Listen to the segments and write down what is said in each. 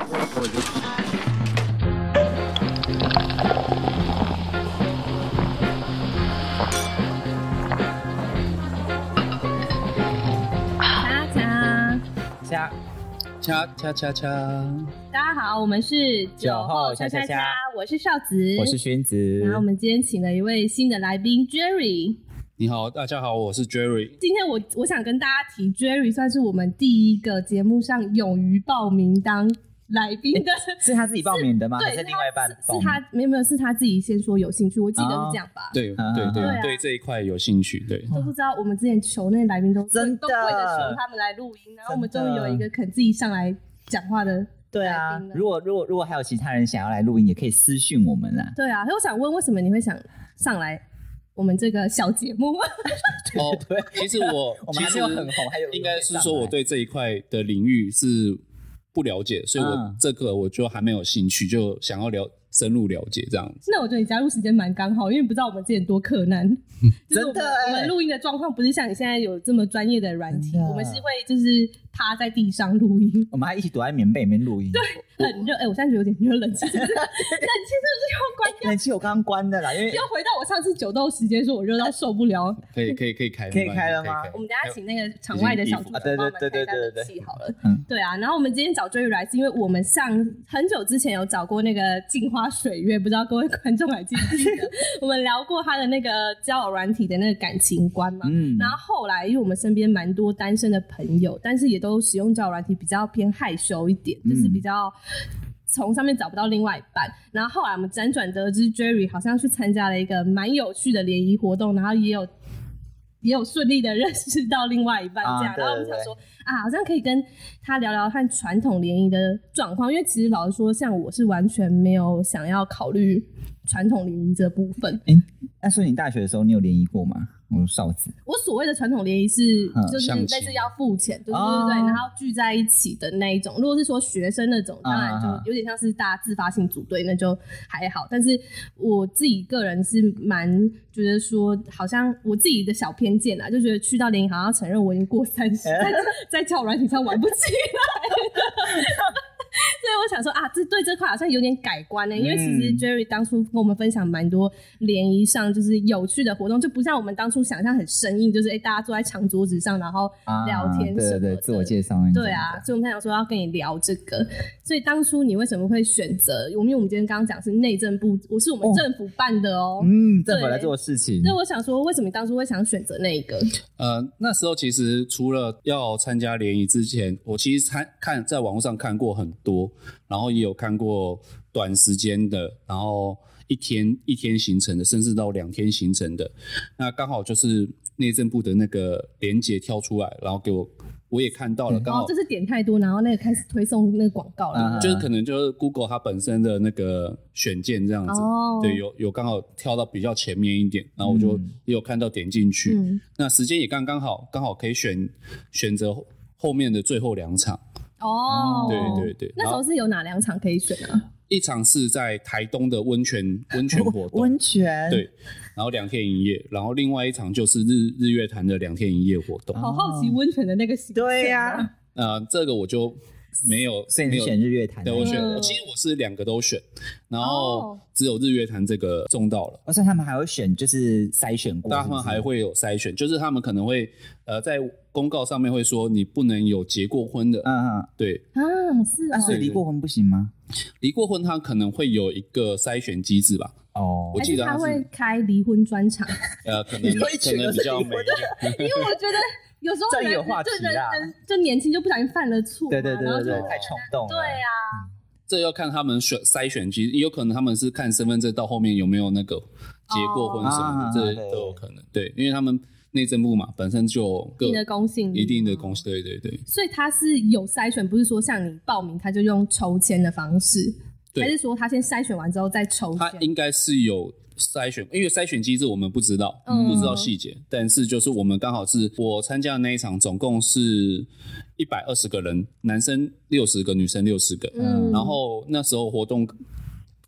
我就。大家恰恰恰恰恰，大家好，我们是九号恰恰恰恰恰，我是少子，我是。宣子。然后我们今天请了一位新的来宾 Jerry。你好，大家好，我是 Jerry。今天我我想跟大家提，Jerry 算是我们第一个节目上勇于报名当来宾 的。是他自己报名的啊吗？还对，是另外一半是报是名？他没有没有是他自己先说有兴趣，我记得是这样吧？对啊对对啊对，对这一块有兴趣， 对。都不知道我们之前求那来宾都真都的为了求他们来录音，然后我们终于有一个肯自己上来讲话的。对来啊宾呢，如果如果如果还有其他人想要来录音，也可以私讯我们啦。对啊，所以我想问，为什么你会想上来我们这个小节目？ 哦，对，其实我 我其们还实没有很红，还有应该是说我对这一块的领域是不了解，所以我嗯这个我就还没有兴趣，就想要了深入了解这样子。那我觉得你加入时间蛮刚好，因为你不知道我们之前多克 难，就是我们真的欸我们录音的状况不是像你现在有这么专业的软体，真的我们是会就是趴在地上录音，我们还一起躲在棉被里面录音。对，很热。哎、我现在觉得有点热，冷气 是不是冷气是不是又关掉？冷气我刚刚关的啦，因为又回到我上次酒豆时间，说我热到受不了。可以可以可以开，可以没关系开了吗我们等一下请那个场外的小助手啊对对帮我们对开一对下对对冷气好了嗯。对啊，然后我们今天找追 y 来是因为我们上很久之前有找过那个镜花水月，不知道各位观众还记不记得？ 我们聊过他的那个交友软体的那个感情观嘛。嗯，然后后来，因为我们身边蛮多单身的朋友，但是也都使用交友软体比较偏害羞一点，嗯就是比较从上面找不到另外一半。然后后来我们辗转得知，Jerry 好像去参加了一个蛮有趣的联谊活动，然后也有。也有顺利的认识到另外一半，这样，啊对然后我们想说啊，好像可以跟他聊聊看传统联谊的状况，因为其实老实说，像我是完全没有想要考虑传统联谊这部分，那所以你大学的时候，你有联谊过吗？我说少子，我所谓的传统联谊是，嗯就是相亲类似要付钱，对对哦对对，然后聚在一起的那一种。如果是说学生那种，当然就啊啊啊有点像是大家自发性组队，那就还好。但是我自己个人是蛮觉得说，好像我自己的小偏见啊，就觉得去到联谊好像要承认我已经过三十， 在在交友软体上玩不起来了所以我想说啊，这对这块好像有点改观欸呢、因为其实嗯 Jerry 当初跟我们分享蛮多联谊上就是有趣的活动，就不像我们当初想象很生硬，就是哎、大家坐在长桌子上然后啊聊天对什么的。对对，自我介绍嗯那种的。对啊，所以我们才想说要跟你聊这个。所以当初你为什么会选择？因为我们今天刚刚讲是内政部，我是我们哦政府办的哦、嗯，政府对来做事情所以。我想说，为什么你当初会想选择那一个？呃，那时候其实除了要参加联谊之前，我其实参看在网络上看过很多，然后也有看过短时间的，然后一天一天行程的，甚至到两天行程的。那刚好就是内政部的那个连接跳出来，然后给我我也看到了，刚哦好，就是点太多，然后那个开始推送那个广告了。啊就是可能就是 Google 它本身的那个选件这样子，哦对，有有刚好跳到比较前面一点，然后我就嗯也有看到点进去，嗯，那时间也刚刚好，刚好可以选选择后后面的最后两场。哦，对对对那时候是有哪两场可以选啊？一场是在台东的温泉温泉活 温动，泉，对，然后两天一夜，然后另外一场就是日日月潭的两天一夜活动。哦好好奇温泉的那个行程啊对呀，呃，这个我就没有所以没你有选日月潭的啊对，那我个，选嗯，其实我是两个都选，然后哦只有日月潭这个中到了。而哦且他们还会选，就是筛选过，但他是不们是还会有筛选，就是他们可能会呃在公告上面会说你不能有结过婚的，嗯嗯，对，啊，是那啊，所以离过婚不行吗？离过婚他可能会有一个筛选机制吧，哦我还记是得他他是会开离婚专 场，呃，可能你会可取能得比是较离美婚一的点。因为我觉得有时候这人有话题就人啦人就年轻就不小心犯了怵嘛，对对对然后对就对，太冲动了。对啊，这要看他们选筛选机，也有可能他们是看身份证到后面有没有那个结过婚什么啊的，这对都有可能。对，因为他们内政部嘛，本身就有一各定的公嗯信力，一定的公。对对对，所以他是有筛选，不是说像你报名他就用抽签的方式，对还是说他先筛选完之后再抽他签？应该是有筛选，因为筛选机制我们不知道，嗯不知道细节，但是就是我们刚好是我参加的那一场，总共是一百二十个人，男生六十个，女生六十个，嗯然后那时候活动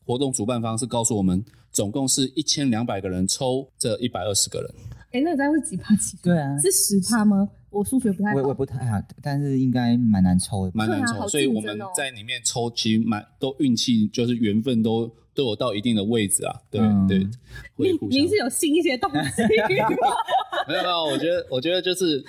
活动主办方是告诉我们，总共是一千两百个人抽这一百二十个人，哎、那个大概是几趴几？对啊是十趴吗？我数学不太我我好也。不太好，但是应该蛮难抽的。蛮难对啊抽，好所以我们竞争哦在里面抽，其实蛮都运气，就是缘分都都有到一定的位置啊。对、嗯对，会您互相您是有信一些东 西嗯没有没有，我觉得我觉得就是，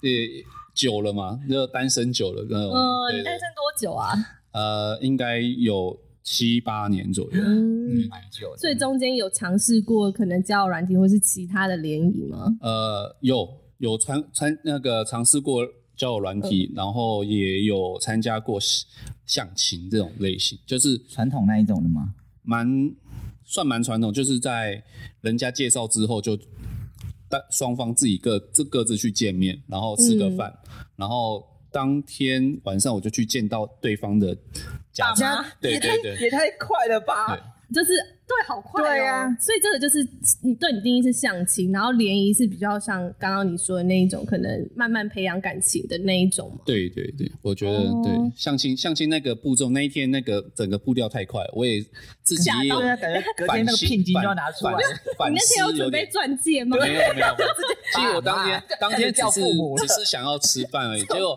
对久了嘛，就单身久了，那种呃，对你对单身多久啊？呃，应该有七八年左右。嗯，蛮久的所以中间有尝试过可能交友软体或是其他的联谊吗？呃，有有参参那个尝试过交友软嗯体，然后也有参加过相相亲这种类型，就是传统那一种的吗？蛮算蛮传统，就是在人家介绍之后就。但双方自己各自各自去见面，然后吃个饭，嗯然后当天晚上我就去见到对方的家爸妈长，对 对对，也太快了吧！就是对，好快、哦。对啊所以这个就是你对你定义是相亲，然后联谊是比较像刚刚你说的那一种，可能慢慢培养感情的那一种嘛。对对对，我觉得、哦对相亲相亲那个步骤，那一天那个整个步调太快，我也自己也有对啊，感觉隔哦反天那个省聘金就要拿出来了。，反 你那天反有思准备啊点钻戒吗？没有没有，没有其实我当天打骂当天只叫是父母了只是想要吃 饭而已，结果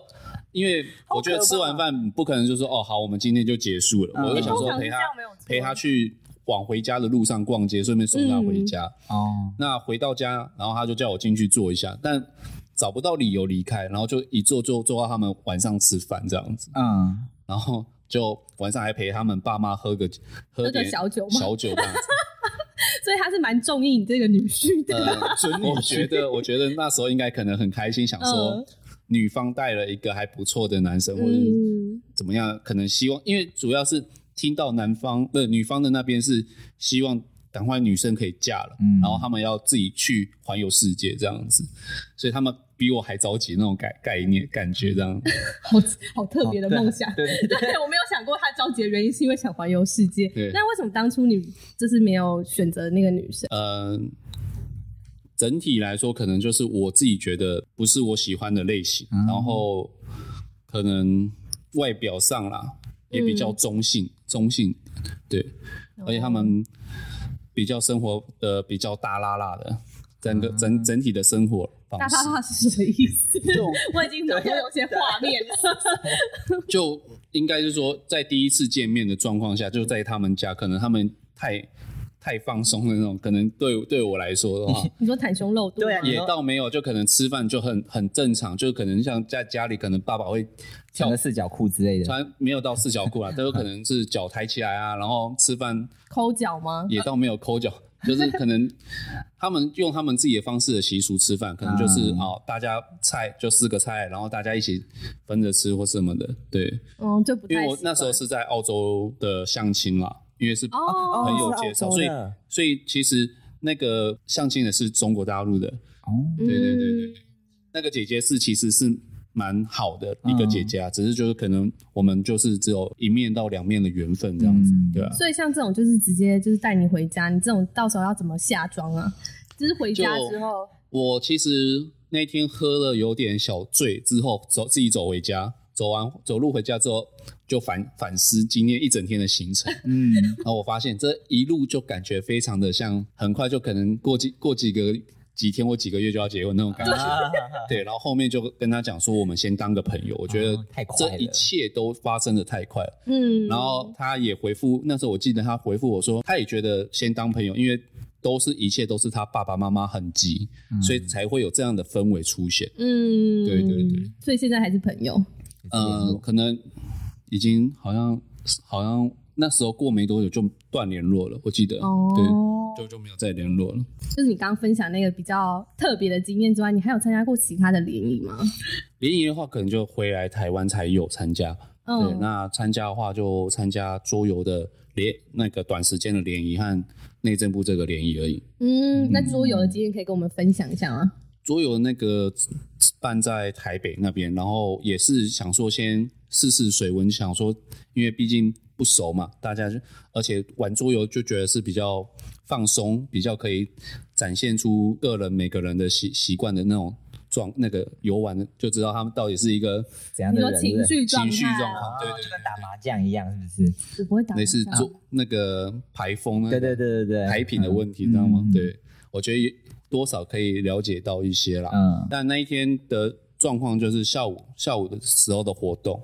因为我觉好可得怕吃完饭不可能就说哦好，我们今天就结束了，嗯我就想通说常陪是他这样没有错陪他去往回家的路上逛街，顺便送他回家。嗯哦，那回到家，然后他就叫我进去坐一下，但找不到理由离开，然后就一坐坐坐到他们晚上吃饭这样子，嗯，然后就晚上还陪他们爸妈喝个喝喝个点小酒吗小酒这样子。 所以他是蛮中意你这个女婿 的。呃，我觉得，我觉得那时候应该可能很开心，想说嗯女方带了一个还不错的男生，或者嗯，怎么样，可能希望，因为主要是听到男方不是女方的那边是希望赶快女生可以嫁了，嗯然后他们要自己去环游世界这样子，所以他们比我还着急那种概概念感觉这样，好好特别的梦想。哦 对对 对，对，我没有想过他着急的原因是因为想环游世界对。那为什么当初你就是没有选择那个女生？呃。整体来说，可能就是我自己觉得不是我喜欢的类型，嗯然后可能外表上啦也比较中性，中性，对，而且他们比较生活的比较大拉拉的，整个、整整体的生活方大式发 话是什么意思？就 我已经脑中有些画面了。就应该是说，在第一次见面的状况下，就在他们家，可能他们太太放松的那种，可能对对我来说的话，你说袒胸露肚吗？对啊你也倒没有，就可能吃饭就很很正常，就可能像在家里，可能爸爸会穿跳个四角裤之类的，穿没有到四角裤啊，但有可能是脚抬起来啊，然后吃饭抠脚吗？也倒没有抠脚，就是 可能他们用他们自己的方式的习俗吃饭，可能就是嗯哦，大家菜就四个菜，然后大家一起分着吃或什么的，对，嗯，就不太因习惯。为我那时候是在澳洲的相亲啦，因为是哦朋友介绍，哦所是澳洲以的所以其实那个相亲的是中国大陆的，哦，对对对对嗯那个姐姐是其实是蛮好的嗯一个姐姐啊，只是就是可能我们就是只有一面到两面的缘分这样子，嗯对啊。所以像这种就是直接就是带你回家，你这种到时候要怎么下妆啊？就是回家就之后，我其实那天喝了有点小醉之后，走自己走回家，走完走路回家之后，就反反思今天一整天的行程。 嗯，然后我发现这一路就感觉非常的像，很快就可能过几过几个几天或几个月就要结婚那种感觉。啊对，然后后面就跟他讲说，我们先当个朋友。我觉得哦太快这了一切都发生的太快了。嗯，然后他也回复，那时候我记得他回复我说，他也觉得先当朋友，因为都是一切都是他爸爸妈妈很急，嗯所以才会有这样的氛围出现。嗯，对对对，所以现在还是朋友，呃，可能已经好像好像那时候过没多久就断联络了，我记得，哦对，就就没有再联络了。就是你刚刚分享那个比较特别的经验之外，你还有参加过其他的联谊吗？联谊的话，可能就回来台湾才有参加。嗯对，嗯那参加的话就参加桌游的联那个短时间的联谊和内政部这个联谊而已。嗯，那桌游的经验可以跟我们分享一下吗？桌游那个办在台北那边，然后也是想说先试试水温，想说因为毕竟不熟嘛，大家就而且玩桌游就觉得是比较放松，比较可以展现出个人每个人的习习惯的那种状那个游玩的，就知道他们到底是一个怎样你说的人？情绪状态，情绪状态啊对对就跟打麻将一样，是不是？我不会打麻类似将桌那个牌风那个对对对对对，牌品的问题，嗯你知道吗？嗯对，我觉得也多少可以了解到一些啦。嗯，但那一天的状况就是下午下午的时候的活动，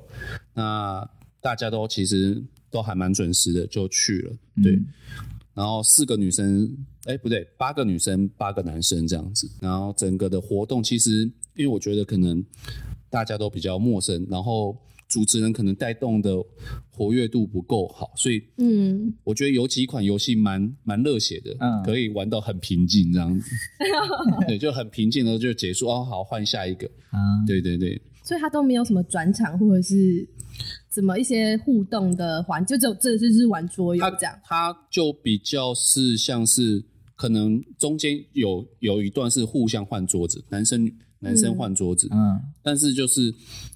那大家都其实都还蛮准时的就去了，对。嗯然后四个女生，哎，不对，八个女生，八个男生这样子。然后整个的活动其实，因为我觉得可能大家都比较陌生，然后主持人可能带动的活跃度不够好，所以嗯，我觉得有几款游戏蛮蛮热血的，嗯可以玩到很平静这 样子，对，就很平静的就结束。哦，好，换下一个。啊，对对对，所以他都没有什么转场或者是怎么一些互动的环，就只有这就是玩桌游他这样。他就比较是像是可能中间有有一段是互相换桌子，男生女男生换桌子，嗯但是就是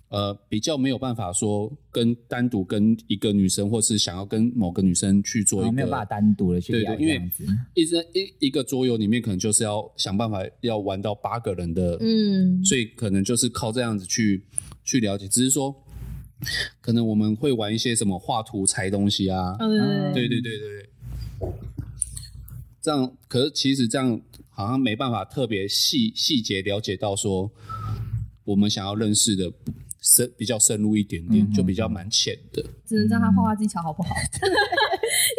呃比较没有办法说跟单独跟一个女生，或是想要跟某个女生去做一然个哦后没有办法单独的去对聊对，这因样为子，一直一一个桌游里面可能就是要想办法要玩到八个人的，嗯，所以可能就是靠这样子去去了解，只是说可能我们会玩一些什么画图裁东西啊，嗯，对对对对对，这样可是其实这样好像没办法特别细细节了解到说我们想要认识的深比较深入一点点，嗯嗯就比较蛮浅的。只能知道他画画技巧好不好。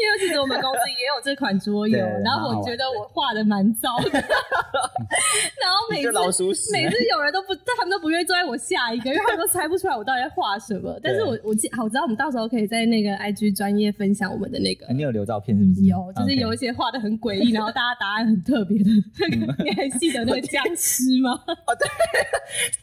因为其实我们公司也有这款桌游，对然后我觉得我画的蛮糟的， 然后每就次老鼠屎，每次有人都不，他们都不愿意坐在我下一个，因为他们都猜不出来我到底在画什么。但是我我记好，我知道我们到时候可以在那个 IG 专业分享我们的那个啊你有留照片是不是？有，就是 OK 有一些画的很诡异，然后大家答案很特别 的。嗯那个你还记得那个僵尸吗？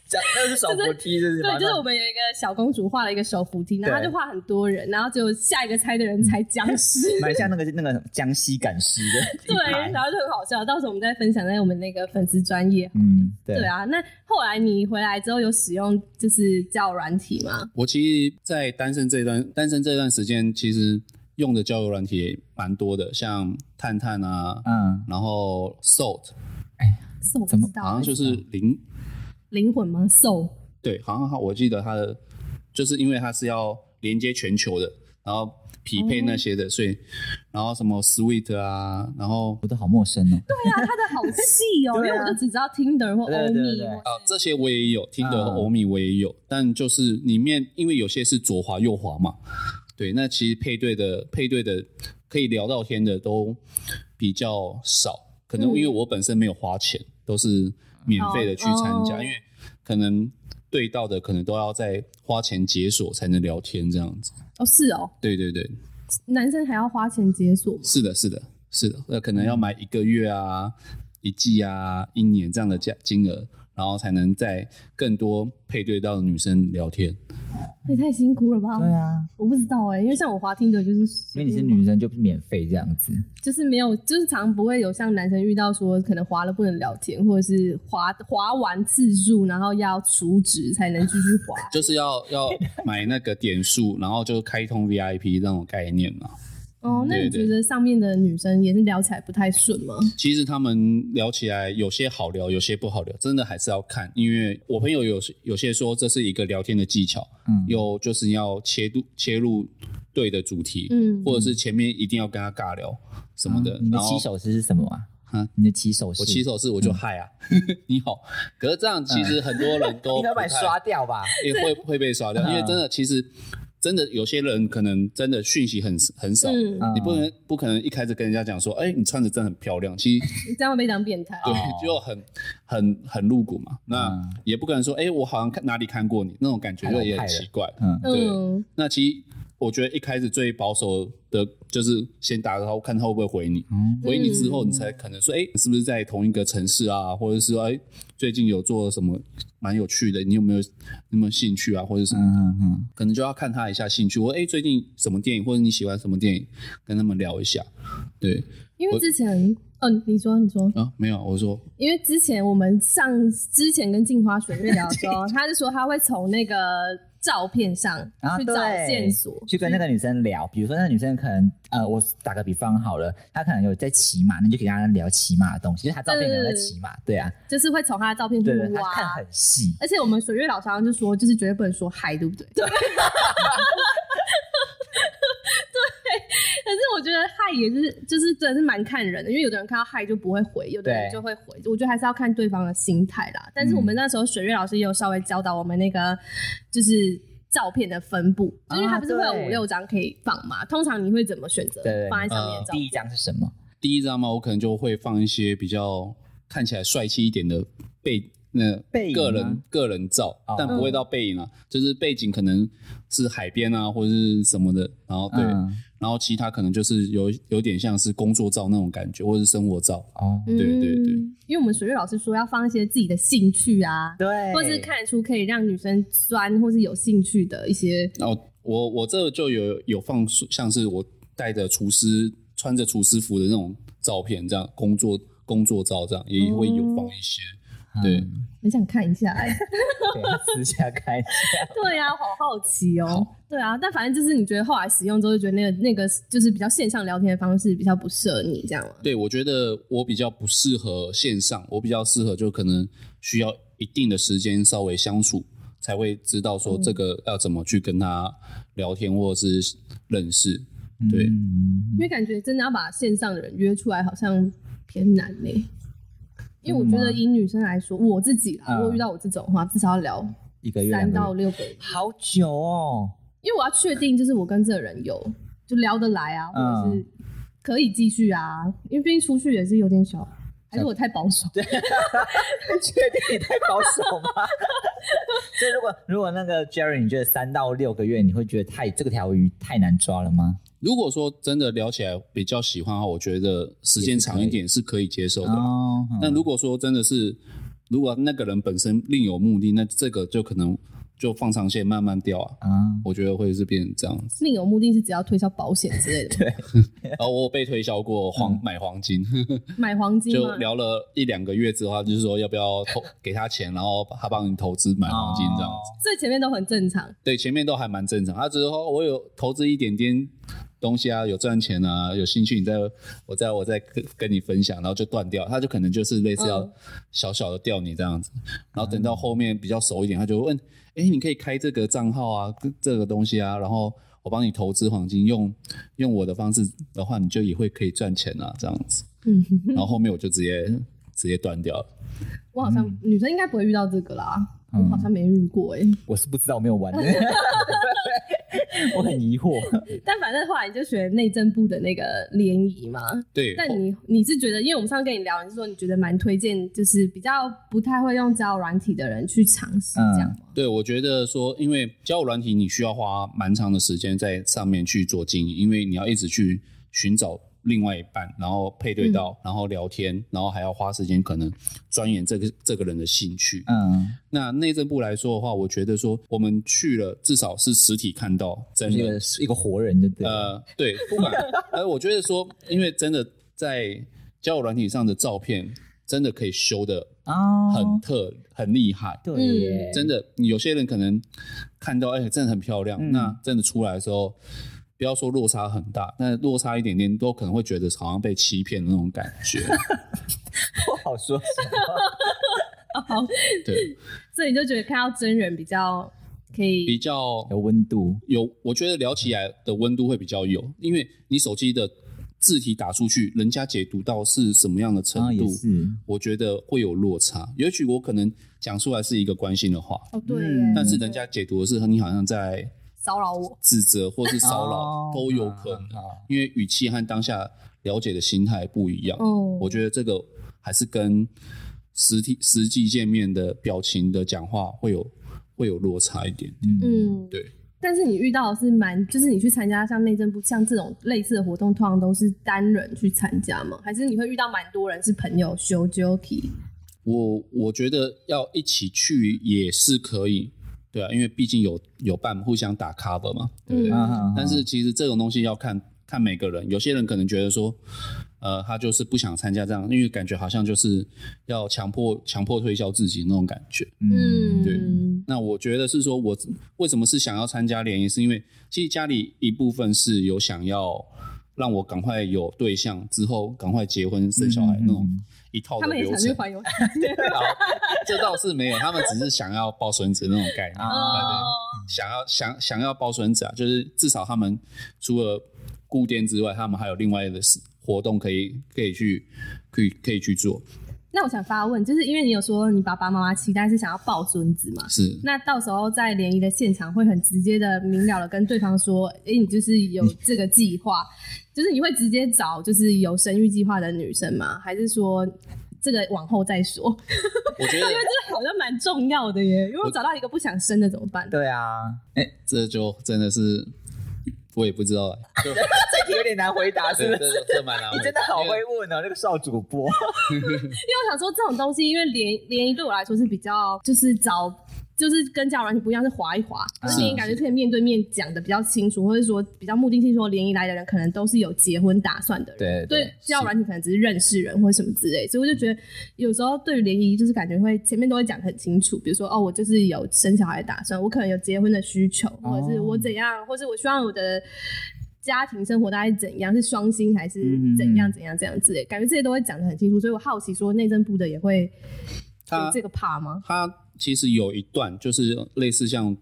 讲那是手扶梯， 就是对，就是我们有一个小公主画了一个手扶梯，然后她对嗯就画很多人，然后只有下一个猜的人猜僵尸。 蛮像那个那个江西赶尸的，对，然后就很好笑。到时候我们再分享在我们那个粉丝专业。嗯，对对啊，那后来你回来之后有使用就是叫软体吗？我其实，在单身这段单身这段时间，其实用的交友软体也蛮多的，像探探啊，嗯，然后 Salt，瘦怎么不知道好像哦就是零灵魂吗？瘦对，好像好，我记得它的就是因为它是要连接全球的，然后匹配哦那些的，所以然后什么 Sweet 啊，然后我都好陌生哦。对啊，它的好细哦，因 对啊为我就只知道 Tinder 或对欧对哦米对啊、这些我也有，听的和欧米我也有，但就是里面因为有些是左滑右滑嘛，对，那其实配对的配对的可以聊到天的都比较少，可能嗯因为我本身没有花钱，都是免费的去参加，哦因为可能对到的可能都要再花钱解锁才能聊天这样子。哦是哦，对对对，男生还要花钱解锁吗？是的，是的，是的，那可能要买一个月啊、一季啊、一年这样的价金额，然后才能在更多配对到的女生聊天。也太辛苦了吧？对啊，我不知道哎、因为像我滑听的就是因随为便你滑，是女生就免费这样子，就是没有，就是常不会有像男生遇到说可能滑了不能聊天，或者是滑滑完次数，然后要储值才能继续滑。就是要要买那个点数，然后就开通 VIP 那种概念嘛。 哦，那你对对觉得上面的女生也是聊起来不太顺吗？其实他们聊起来有些好聊，有些不好聊，真的还是要看。因为我朋友有些有些说这是一个聊天的技巧，嗯，有就是要切入切入对的主题，嗯或者是前面一定要跟他尬聊什么的。啊你的然后起手式是什么啊？啊，你的起手式，我起手是我就嗯嗨啊， 你好。可是这样其实很多人都 应该把你不太刷掉吧？嗯也会会被刷掉，因为真的其实真的有些人可能真的讯息很很少。嗯，嗯你不能不可能一开始跟人家讲说，哎、你穿的真的很漂亮，其实。你这样会被当变态对就很很很露骨嘛。那哦嗯也不可能说，哎、我好像看哪里看过你，那种感觉太就老也派很了奇怪。嗯对嗯，那其实我觉得一开始最保守的就是先打个招呼，看他会不会回你。嗯回你之后，你才可能说，哎、是不是在同一个城市啊？或者是说，哎、最近有做什么蛮有趣的？你有没有有没有兴趣啊？或者什么？嗯嗯可能就要看他一下兴趣，或哎、最近什么电影，或者你喜欢什么电影，跟他们聊一下。对因为之前，嗯，你说，你说，啊，没有，我说因为之前我们上之前跟镜花水月聊的时 候，他是说他会从那个照片上啊去找对线索，去跟那个女生聊，比如说那个女生可能，呃，我打个比方好了，她可能有在骑马，那你就给她聊骑马的东西，就是她照片可能在骑马，对啊，就是会从他的照片去对对，她看挖。很细，而且我们水月老常常就说，就是绝对不能说嗨， 对不对？对。对，可是我觉得嗨也是，就是真的是蛮看人的，因为有的人看到嗨就不会回，有的人对就会回。我觉得还是要看对方的心态嗯啦。但是我们那时候雪月老师也有稍微教导我们那个，就是照片的分布，就因为啊它不是会有对五六张可以放嘛？通常你会怎么选择对对放在上面的呃照第一片？张是什么？第一张嘛，我可能就会放一些比较看起来帅气一点的背那背影吗个人个人照哦，但不会到背影啊，就是背景可能是海边啊或者是什么的，然后对，嗯然后其他可能就是有有点像是工作照那种感觉，或者是生活照。哦，嗯对对对，因为我们水月老师说要放一些自己的兴趣啊，对，或是看出可以让女生钻或是有兴趣的一些然后我我这就有有放像是我带着厨师穿着厨师服的那种照片，这样工作工作照这样也会有放一些。嗯对很想看一下、哎对，私下看一下。 对呀、啊，好好奇哦。对啊，但反正就是你觉得后来使用之后，就觉得那个那个就是比较线上聊天的方式比较不适合你这样吗？对，我觉得我比较不适合线上，我比较适合就可能需要一定的时间稍微相处，才会知道说这个要怎么去跟他聊天或者是认识。 对嗯因为感觉真的要把线上的人约出来，好像偏难呢、因为我觉得以女生来说，我自己啦，嗯如果遇到我这种的话，至少要聊一个月三两到个月六个月，好 久哦，因为我要确定就是我跟这个人有就聊得来啊，嗯或者是可以继续啊，因为毕竟出去也是有点小，还是我太保守。确定你太保守吗？ 所以如果如果那个 Jerry，你觉得三到六个月，你会觉得太这个条鱼太难抓了吗？如果说真的聊起来比较喜欢的话，我觉得时间长一点是可以接受的。哦，嗯但如果说真的是，如果那个人本身另有目的，那这个就可能就放长线慢慢掉啊。啊，我觉得会是变成这样 子。另有目的是只要推销保险之类的吗，然后我有被推销过黄买黄 金，买黄金就吗？聊了一两个月之后，他就是说要不要投给他钱，然后他帮你投资买黄金这样子。最前面都很正常，对，前面都还蛮正常。他只是说我有投资一点点东西啊，有赚钱啊，有兴趣，你再我再我再跟跟你分享，然后就断掉。他就可能就是类似要嗯小小的钓你这样子，然后等到后面比较熟一点，他就会问：哎、你可以开这个账号啊，这这个东西啊，然后。我帮你投资黄金，用用我的方式的话，你就也会可以赚钱啊，这样子。嗯然后后面我就直接直接断掉了。我好像、女生应该不会遇到这个啦，嗯我好像没遇过哎、我是不知道，我没有玩， 我很疑惑。但反正后来你就选内政部的那个联谊嘛。对，但后你你是觉得，因为我们上次跟你聊，你是说你觉得蛮推荐，就是比较不太会用交友软体的人去尝试这样吗？对，我觉得说，因为交友软体你需要花蛮长的时间在上面去做经营，因为你要一直去寻找另外一半，然后配对嗯到，然后聊天，然后还要花时间可能钻研这个这个人的兴趣。嗯，那内政部来说的话，我觉得说我们去了，至少是实体看到真是一人，个一个活人，就对了。呃，对，不管，呃，我觉得说，因为真的在交友软体上的照片，真的可以修的啊，呃很特、很厉害。对耶，嗯真的，有些人可能看到，哎、真的很漂亮。嗯那真的出来的时候，不要说落差很大，那落差一点点，都可能会觉得好像被欺骗的那种感觉。 不好说什么。对，所以你就觉得看到真人比较可比以，较有温度，有，我觉得聊起来的温度会比较有，因为你手机的字体打出去，人家解读到是什么样的然后程啊也度，嗯是，我觉得会有落差。也许我可能讲出来是一个关心的话，哦对耶嗯，但是人家解读的是你好像在骚扰我，指责或是骚扰，哦都有可啊能。啊因为语气和当下了解的心态不一样。哦，我觉得这个还是跟实体实际见面的表情的讲话会有会有落差一点。嗯，嗯，对。但是你遇到的是蛮，就是你去参加像内政部像这种类似的活动，通常都是单人去参加吗？还是你会遇到蛮多人是朋友修 Joki？我我觉得要一起去也是可以，对啊，因为毕竟有有伴互相打 cover 嘛，对不对？嗯啊啊但是其实这种东西要看看每个人，有些人可能觉得说，呃，他就是不想参加这样，因为感觉好像就是要强迫强迫推销自己那种感觉。嗯，对那我觉得是说我为什么是想要参加联谊，是因为其实家里一部分是有想要让我赶快有对象，之后赶快结婚生小孩嗯嗯嗯那种一套他的们也流想去程。环游。好这倒是没有，他们只是想要抱孙子那种概念，啊对对哦，想要想想要抱孙子啊，就是至少他们除了固定之外，他们还有另外的事活动可以可以去可以可以去做，那我想发问，就是因为你有说你爸爸妈妈期待是想要抱孙子嘛？是那到时候在联谊的现场会很直接的、明了的跟对方说，诶，你就是有这个计划，就是你会直接找就是有生育计划的女生吗？还是说这个往后再说？ 我觉得因为这好像蛮重要的耶，如果找到一个不想生的怎么办？对啊，哎、这就真的是我也不知道、欸，就这题有点难回 答，是不这是？这这蛮难回答，你真的好因会为问哦，那个少主 播。因为我想说这种东西，因为联联谊对我来说是比较就是找。就是跟交友软件不一样，是划一划。可是是联谊感觉可以面对面讲的比较清楚，或者说比较目的性，说联谊来的人可能都是有结婚打算的人。对对对，交友软体可能只是认识人或者什么之类，所以我就觉得有时候对于联谊，就是感觉会前面都会讲得很清楚，比如说哦，我就是有生小孩的打算，我可能有结婚的需求，或者是哦我怎样，或者我希望我的家庭生活大概怎样，是双薪还是嗯怎样怎样怎样之类，感觉这些都会讲得很清楚，所以我好奇说内政部的也会有他嗯这个怕吗？它其实有一段就是类似像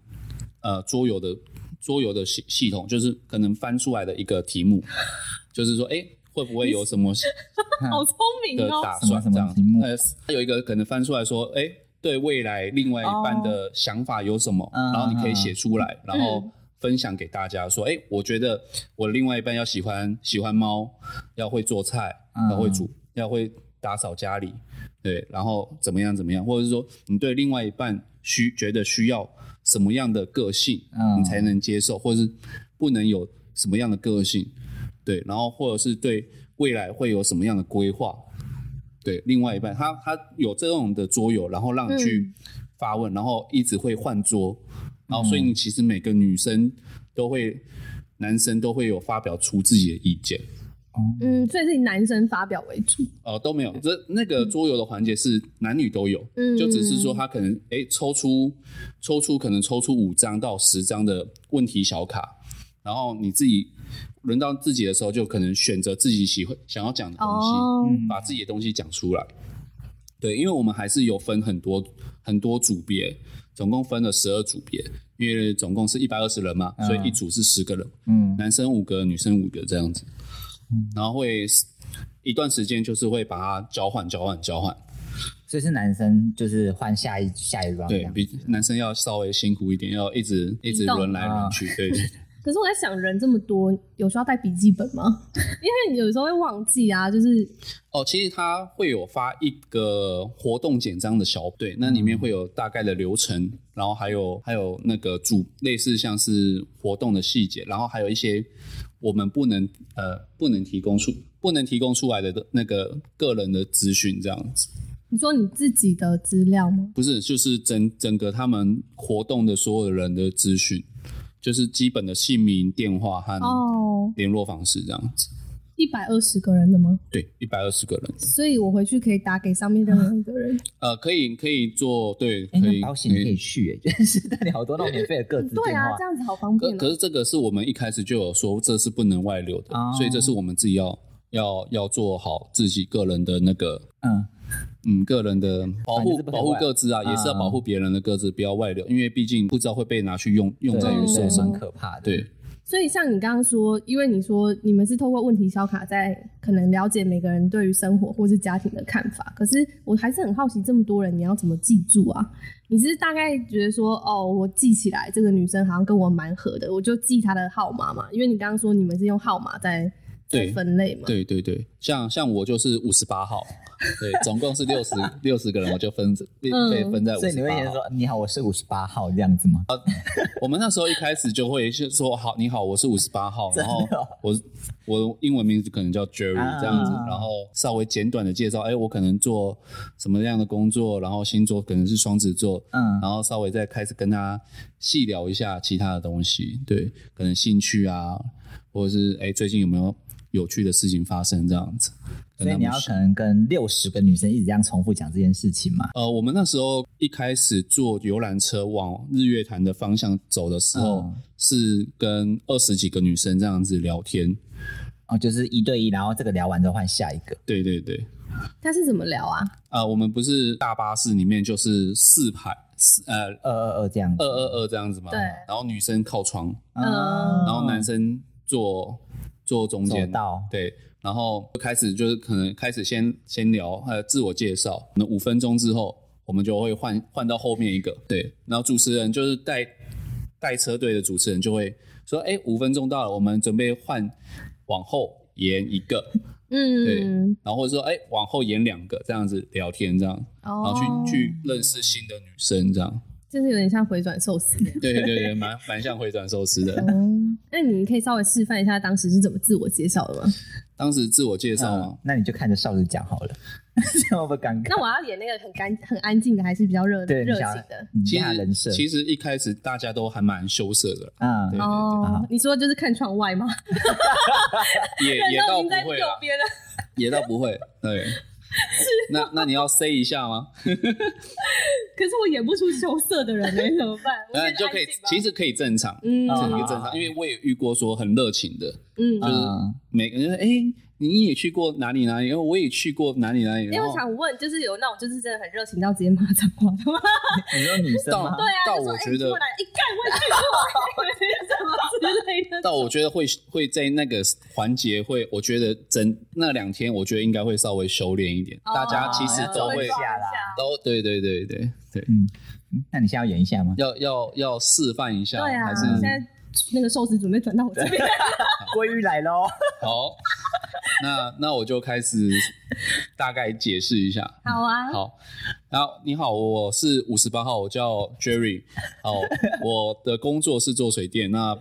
呃桌游的桌游的系系统，就是可能翻出来的一个题目，就是说，哎、会不会有什么好聪明的哦！打什么算什么这样题目？呃，它有一个可能翻出来说，哎、对未来另外一半的想法有什么？嗯然后你可以写出来，然后分享给大家说，哎、我觉得我另外一半要喜欢喜欢猫，要会做菜，嗯要会煮，要会打扫家里，对，然后怎么样怎么样，或者是说你对另外一半需觉得需要什么样的个性，嗯你才能接受，或者是不能有什么样的个性，对，然后或者是对未来会有什么样的规划，对，另外一半他他有这种的桌游，然后让你去发问，然后一直会换桌，然后所以你其实每个女生都会，男生都会有发表出自己的意见，哦嗯，所以是以男生发表为主，呃，都没有。这那个桌游的环节是男女都有，嗯就只是说他可能哎、诶抽出抽出可能抽出五张到十张的问题小卡，然后你自己轮到自己的时候，就可能选择自己喜欢想要讲的东西，嗯哦，把自己的东西讲出来。对，因为我们还是有分很多很多组别，总共分了十二组别，因为总共是一百二十人嘛，所以一组是十个人，嗯，男生五个，女生五个这样子，然后会 s- 一段时间就是会把它交换、交换、交换。所以是男生就是换下一下一 round 这对样。比男生要稍微辛苦一点，要一直一直移动轮来轮去。对，对可是我在想，人这么多，有需要带笔记本吗？ 因为有时候会忘记啊，就是哦，其实它会有发一个活动简章的小对，那里面会有大概的流程，然后还有还有那个主类似像是活动的细节，然后还有一些我们不能呃不能提供出不能提供出来的那个个人的资讯这样子。你说你自己的资料吗？不是，就是整整个他们活动的所有人的资讯，就是基本的姓名、电话和哦，联络方式这样子。一百二十个人的吗？对，一百二十个人，所以我回去可以打给上面任何一个 人。呃，可以可以做，对，哎，可那以嗯保险你可以去，哎，就是那里好多那种免费的各自对电啊，话这。样子好方可便、可啊。是这个是我们一开始就有说，这是不能外流的，哦所以这是我们自己要要要做好自己个人的那个嗯，嗯个人的保反正护是不可以保护外嗯各自啊，也是要保护别人的各自，不要外流，因为毕竟不知道会被拿去用用对啊在于手谁对，上蛮可怕的。对，所以像你刚刚说，因为你说你们是透过问题小卡在可能了解每个人对于生活或是家庭的看法，可是我还是很好奇，这么多人你要怎么记住啊？你是大概觉得说，哦，我记起来这个女生好像跟我蛮合的，我就记她的号码嘛？因为你刚刚说你们是用号码在在对分类嘛？对对对，像像我就是五十八号，对，总共是六十 六十个人，我就分被嗯被分在五所以你十会先八号。说你好，我是五十八号这样子吗？我们那时候一开始就会是说好，你好，我是五十八号，然后真的哦我我英文名字可能叫 Jerry 啊这样子，然后稍微简短的介绍，哎，我可能做什么样的工作，然后星座可能是双子座，嗯，然后稍微再开始跟他细聊一下其他的东西，对，可能兴趣啊，或者是哎最近有没有有趣的事情发生这样子。跟所以他你们要可能跟六十个女生一直这样重复讲这件事情嘛。呃，我们那时候一开始坐游览车往日月潭的方向走的时候，嗯是跟二十几个女生这样子聊天。哦，就是一对一，然后这个聊完之后换下一个。对对对，她是怎么聊啊？啊、我们不是大巴士里面就是四排四呃二二二这样子。啊二二二这样子嘛，对然后女生靠窗，嗯然后男生坐坐中走间道，对，然后就开始就是可能开始先先聊呃自我介绍，那五分钟之后我们就会换换到后面一个，对，然后主持人就是带带车队的主持人就会说，哎，五分钟到了，我们准备换往后延一个，对嗯，然后或者说哎往后延两个这样子聊天这样，然后去、哦，去认识新的女生这样，就是有点像回转寿 司。对对对，蛮蛮像回转寿司 的。哦，那你可以稍微示范一下当时是怎么自我介绍的吗？当时自我介绍嘛嗯，那你就看着少子讲好了， 这样会不会尴尬？那我要演那个很干、很安静的，还是比较热对热你想情的？嗯你其家人设实其实一开始大家都还蛮羞涩的，啊，对哦啊，你说就是看窗外吗？ 也也人倒都已不经在会啊右啦，边了。也倒不会。 对，那那你要 say 一下吗？可是我演不出羞涩的人 哎，怎么办？我那先你就可以安静，吧其实可以正常，嗯这啊个正常，因为我也遇过说很热情的，嗯，就是嗯每个人哎、你也去过哪里哪里，然后我也去过哪里哪里，因然为后我想问，就是有那种就是真的很热情到直接骂脏话的吗？你说女生到吗？到就说啊我哎觉你去得过哪里哎，干我也去过， 什么之类的。到我觉得会会在那个环节会，我觉得整那两天我觉得应该会稍微收敛一点，哦大家其实都会会下啦都对对对对对，嗯那你现在要演一下 吗？要要要示范一下，对啊，还是现在那个寿司准备转到我这边。鲑鱼来喽！好，那那我就开始大概解释一下。好啊，好，然后你好，我是五十八号，我叫 Jerry。哦，我的工作是做水电，那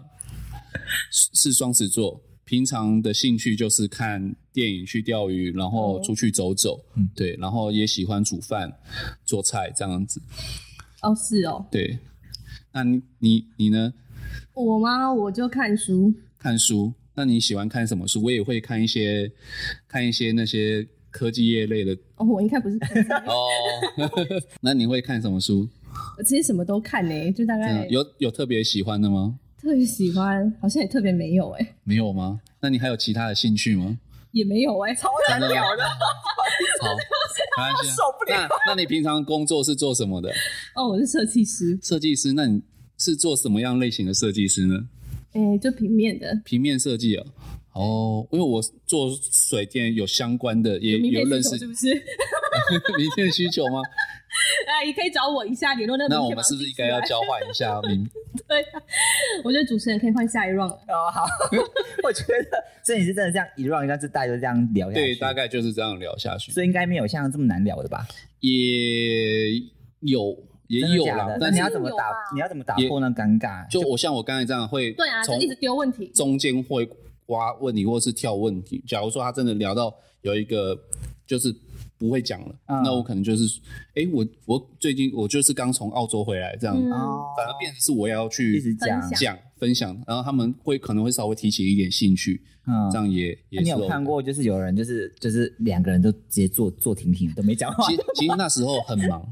是是双子座。平常的兴趣就是看电影、去钓鱼，然后出去走走，嗯对，然后也喜欢煮饭、做菜这样子，哦是哦，对。那你你你呢？我吗？我就看书，看书，那你喜欢看什么书？我也会看一些看一些那些科技业类的哦，我应该不是看书，哦。 那你会看什么书？我其实什么都看呢，就大这概样有有特别喜欢的吗？特别喜欢，好像也特别没有哎，没有吗？那你还有其他的兴趣吗？也没有哎，超真的吗？好，没关系啊。受不那那你平常工作是做什么的？哦，我是设计师，设计师？那你是做什么样类型的设计师呢？哎，就平面的，平面设计啊。哦，因为我做水电有相关的，也明有天认识是是不是？ 明天需求吗？哎，也可以找我一下联络那个那明我天们是不马是上应该要寄出交换 一下名？来？对啊，我觉得主持人可以换下一 round 了。哦，好， 我觉得这你是真的这样一 round 一 round 就大家就这样聊下去，对，大，概就是这样聊下去。所以应该没有像这么难聊的吧？也有也真的有假啦的，那但你是要怎么打有吧？啊你要怎么打也破那尴尬？就我像我刚才这样会对啊，就从一直丢问题。中间会挖问题或是跳问题。假如说他真的聊到有一个就是不会讲了，嗯那我可能就是，哎、我我最近我就是刚从澳洲回来，这样、嗯，哦，反而变成是我要一直去讲，分享讲分享，然后他们会可能会稍微提起一点兴趣，嗯这样也也你是、有看？过，就是有人就是就是两个人都直接坐坐停停都没讲话其，实其实那时候很忙。哦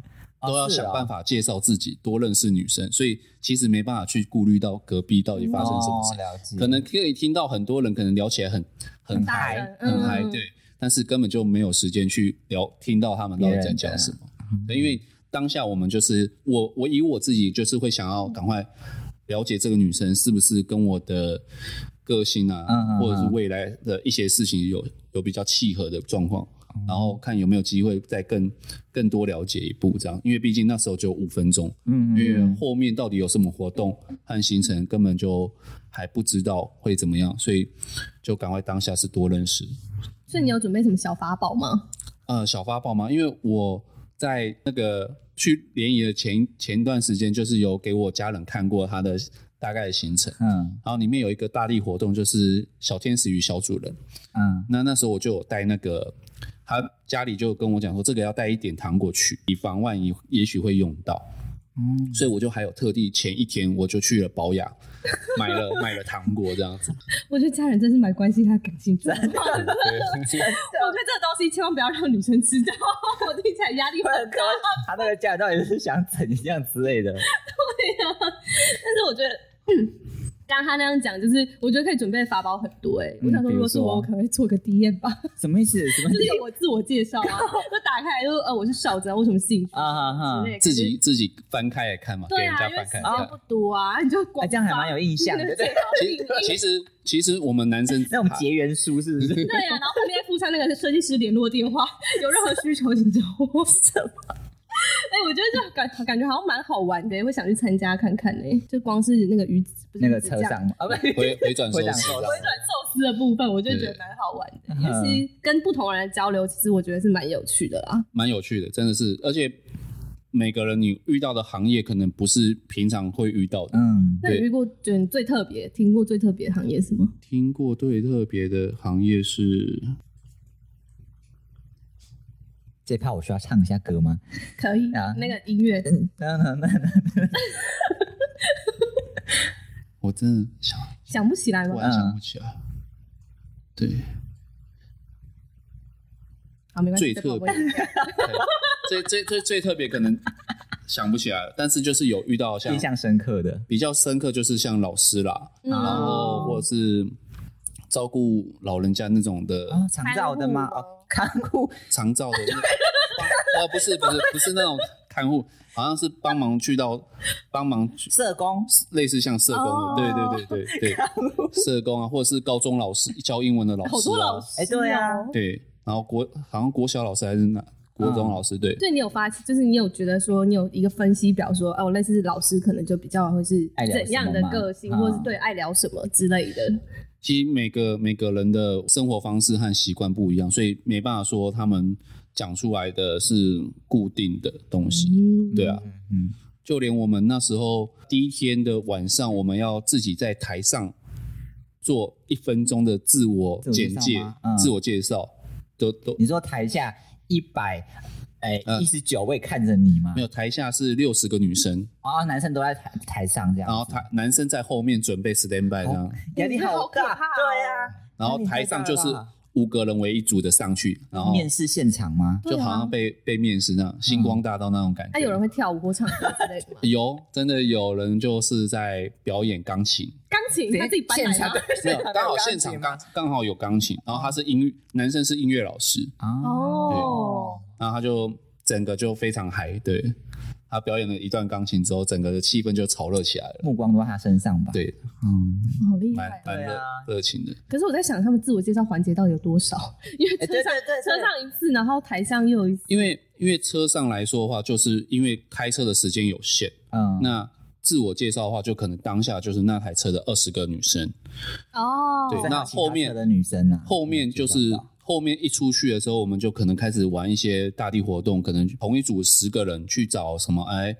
都要是想哦办法介绍自己，多认识女生，所以其实没办法去顾虑到隔壁到底发生什么事哦。了解可能可以听到很多人可能聊起来很很大嗨声很嗨，嗯对，但是根本就没有时间去聊，听到他们到底在讲什么。对因为当下我们就是我，我以我自己就是会想要赶快了解这个女生是不是跟我的个性啊，嗯嗯嗯或者是未来的一些事情有有比较契合的状况。哦然后看有没有机会再更更多了解一步，这样，因为毕竟那时候只有五分钟，嗯，嗯因为嗯后面到底有什么活动和行程，根本就还不知道会怎么样，所以就赶快当下是多认识。所以你有准备什么小法宝吗？ 呃，小发报吗？因为我在那个去联谊的前前段时间，就是有给我家人看过他的大概的行程，嗯然后里面有一个大力活动，就是小天使与小主人。嗯那那时候我就有带那个，他家里就跟我讲说，这个要带一点糖果去，以防万一也许会用到。嗯，所以我就还有特地前一天我就去了保养，买了买了糖果这 样子。我觉得家人真是蛮关心他感兴趣的。我觉得对， 这个东西千万不要让女生知道， 我听起来压力很大。他那个家人啊到底是想怎样之类的？但是我觉得，嗯，刚刚他那样讲，就是我觉得可以准备法宝很多哎、我想说，比如如果是说啊我，我可能会做个体验 吧，什么意思？什么就是我自我介绍啊，就打开来就是呃我是小子啊，我什么兴趣啊哈哈之？类的自己自己翻开来看嘛，给对人啊，家因为翻时开间来看。不多啊，你就哎，广这样还蛮有印象的，对 对啊不对？其 其实其实我们男生那种结缘书是不是？对啊呀、然后后面再附上那个设计师联络电话，有任何需求请找我。哎、我觉得这感感觉好像蛮好玩的，会想去参加看看呢。就光是那个鱼子，不是那个鱼子车酱上嘛，啊，不是，回回转啊收回转拾收拾回转寿司的部分，我就觉得蛮好玩嗯的，尤其跟不同人的交流，其实我觉得是蛮有趣的啦。蛮有趣的，真的是，而且每个人你遇到的行业可能不是平常会遇到的。嗯，那你对遇过觉得你最特别、听过最特别的行业是什么？听过最特别的行业是，这怕我需要唱一下歌吗？ 可以，啊那个音乐嗯，那那那那，我真的想想不起来突吗？然想嗯不起来。对，好，没关系，最特这个我别不会最最最最特别可能想不起来了，但是就是有遇到像印象深刻的，比较深刻，就是像老师啦，嗯啊然哦后或是照顾老人家那种的哦，长照的吗？看护哦，看护，长照的那， 呃，不是不是不是那种看护，好像是帮忙去到帮忙去社工，类似像社工哦的，对对对对对，社工啊，或者是高中老师教英文的老师、啊，好哦多老师、哎对啊哦对，然后国好像国小老师还是哪国中老师，对对你有发起，就是你有觉得说你有一个分析表说，哦，类似老师可能就比较会是爱聊什么怎样的嘛个性，啊或是对爱聊什么之类的。其实每个每个人的生活方式和习惯不一样，所以没办法说他们讲出来的是固定的东西。嗯，对啊，嗯，就连我们那时候第一天的晚上，我们要自己在台上做一分钟的自我简自我介介绍吗嗯、自我介绍，都都你说台下一百，哎，嗯一十九位看着你吗没？有。台下是六十个女生，啊，男生都在台台上这样子，然后台男生在后面准哦备 stand by 这样，压力好你这好可大怕哦，对啊呀，然后台上就是压力太大了吧五个人为一组的上去，然后面试啊嗯现场吗？就好像被被面试那样，星光大道那种感觉。？那、啊有人会跳舞或唱歌之类的吗有真的有人就是在表演钢琴，钢琴他自己搬来现场的。啊 没有现场刚好有钢现场琴刚吗刚好有钢琴，然后他是音乐男生是音乐老师，哦，然后他就整个就非常嗨，对他表演了一段钢琴之后，整个的气氛就炒热起来了，目光都在他身上吧？，对，嗯，好厉蛮害哦！蛮对热啊热情的。可是我在想，他们自我介绍环节到底有多少？因为哎车对上对对对车上一次，然后台上又有一次，因为因为车上来说的话，就是因为开车的时间有限，嗯，那自我介绍的话，就可能当下就是那台车的二十个女生，哦，对在那他其他后面车的女生嗯啊，后面就是后面一出去的时候，我们就可能开始玩一些大地活动，可能同一组十个人去找什么哎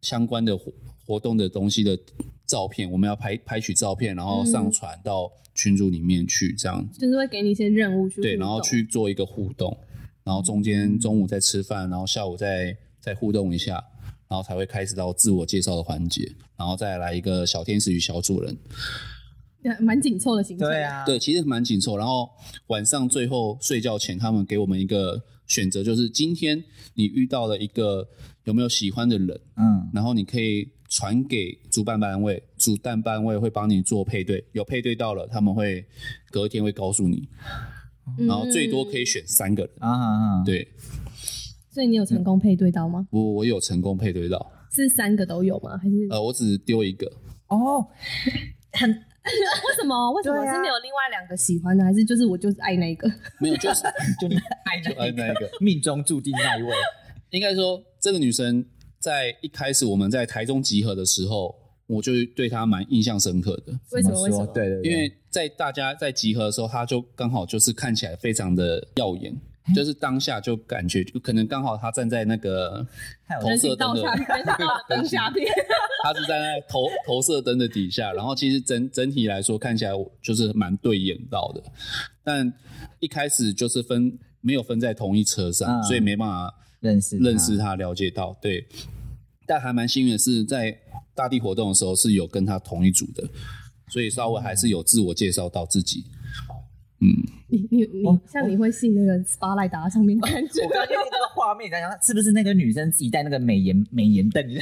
相关的活活动的东西的照片，我们要拍拍取照片，然后上传到群组里面去，这样子、就是会给你一些任务去对，互然后动去做一个互动，然后中间中午再吃饭，然后下午再再互动一下。然后才会开始到自我介绍的环节，然后再来一个小天使与小主人，对蛮紧凑的行程。对，啊，对，其实蛮紧凑。然后晚上最后睡觉前，他们给我们一个选择，就是今天你遇到了一个有没有喜欢的人，嗯，然后你可以传给主办单位，主办单位会帮你做配对，有配对到了，他们会隔天会告诉你，嗯然后最多可以。选三个人。啊啊啊，对所以你有成功配对到吗？我，我有成功配对到，是三个都有吗？还是呃，我只丢一个，哦，很为什么？为什么对啊是没有另外两个喜欢的？还是就是我就是爱那一个？没有，就是 就你爱就爱那一个， 命中注定那一 位，应该说，这个女生在一开始我们在台中集合的时候，我就对她蛮印象深刻的。为什怎么？为什说么？对对，对因为在大家在集合的时候，她就刚好就是看起来非常的耀眼，就是当下就感觉就可能刚好她站在那个太有 投人射行灯道的下，人行道的灯下面，她是站在投投射灯的底下，然后其实整整体来说看起来我就是蛮对眼到的，但一开始就是分没有分在同一车上，嗯啊所以没办法认识他认识，他，了解到对。但还蛮幸运的是，在大地活动的时候是有跟他同一组的，所以稍微还是有自我介绍到自己。你你你我，像你会信那个 spotlight 打到上面的感觉 我，刚刚就那个画面，在想是不是那个女生自己带那个美颜 美颜灯，一个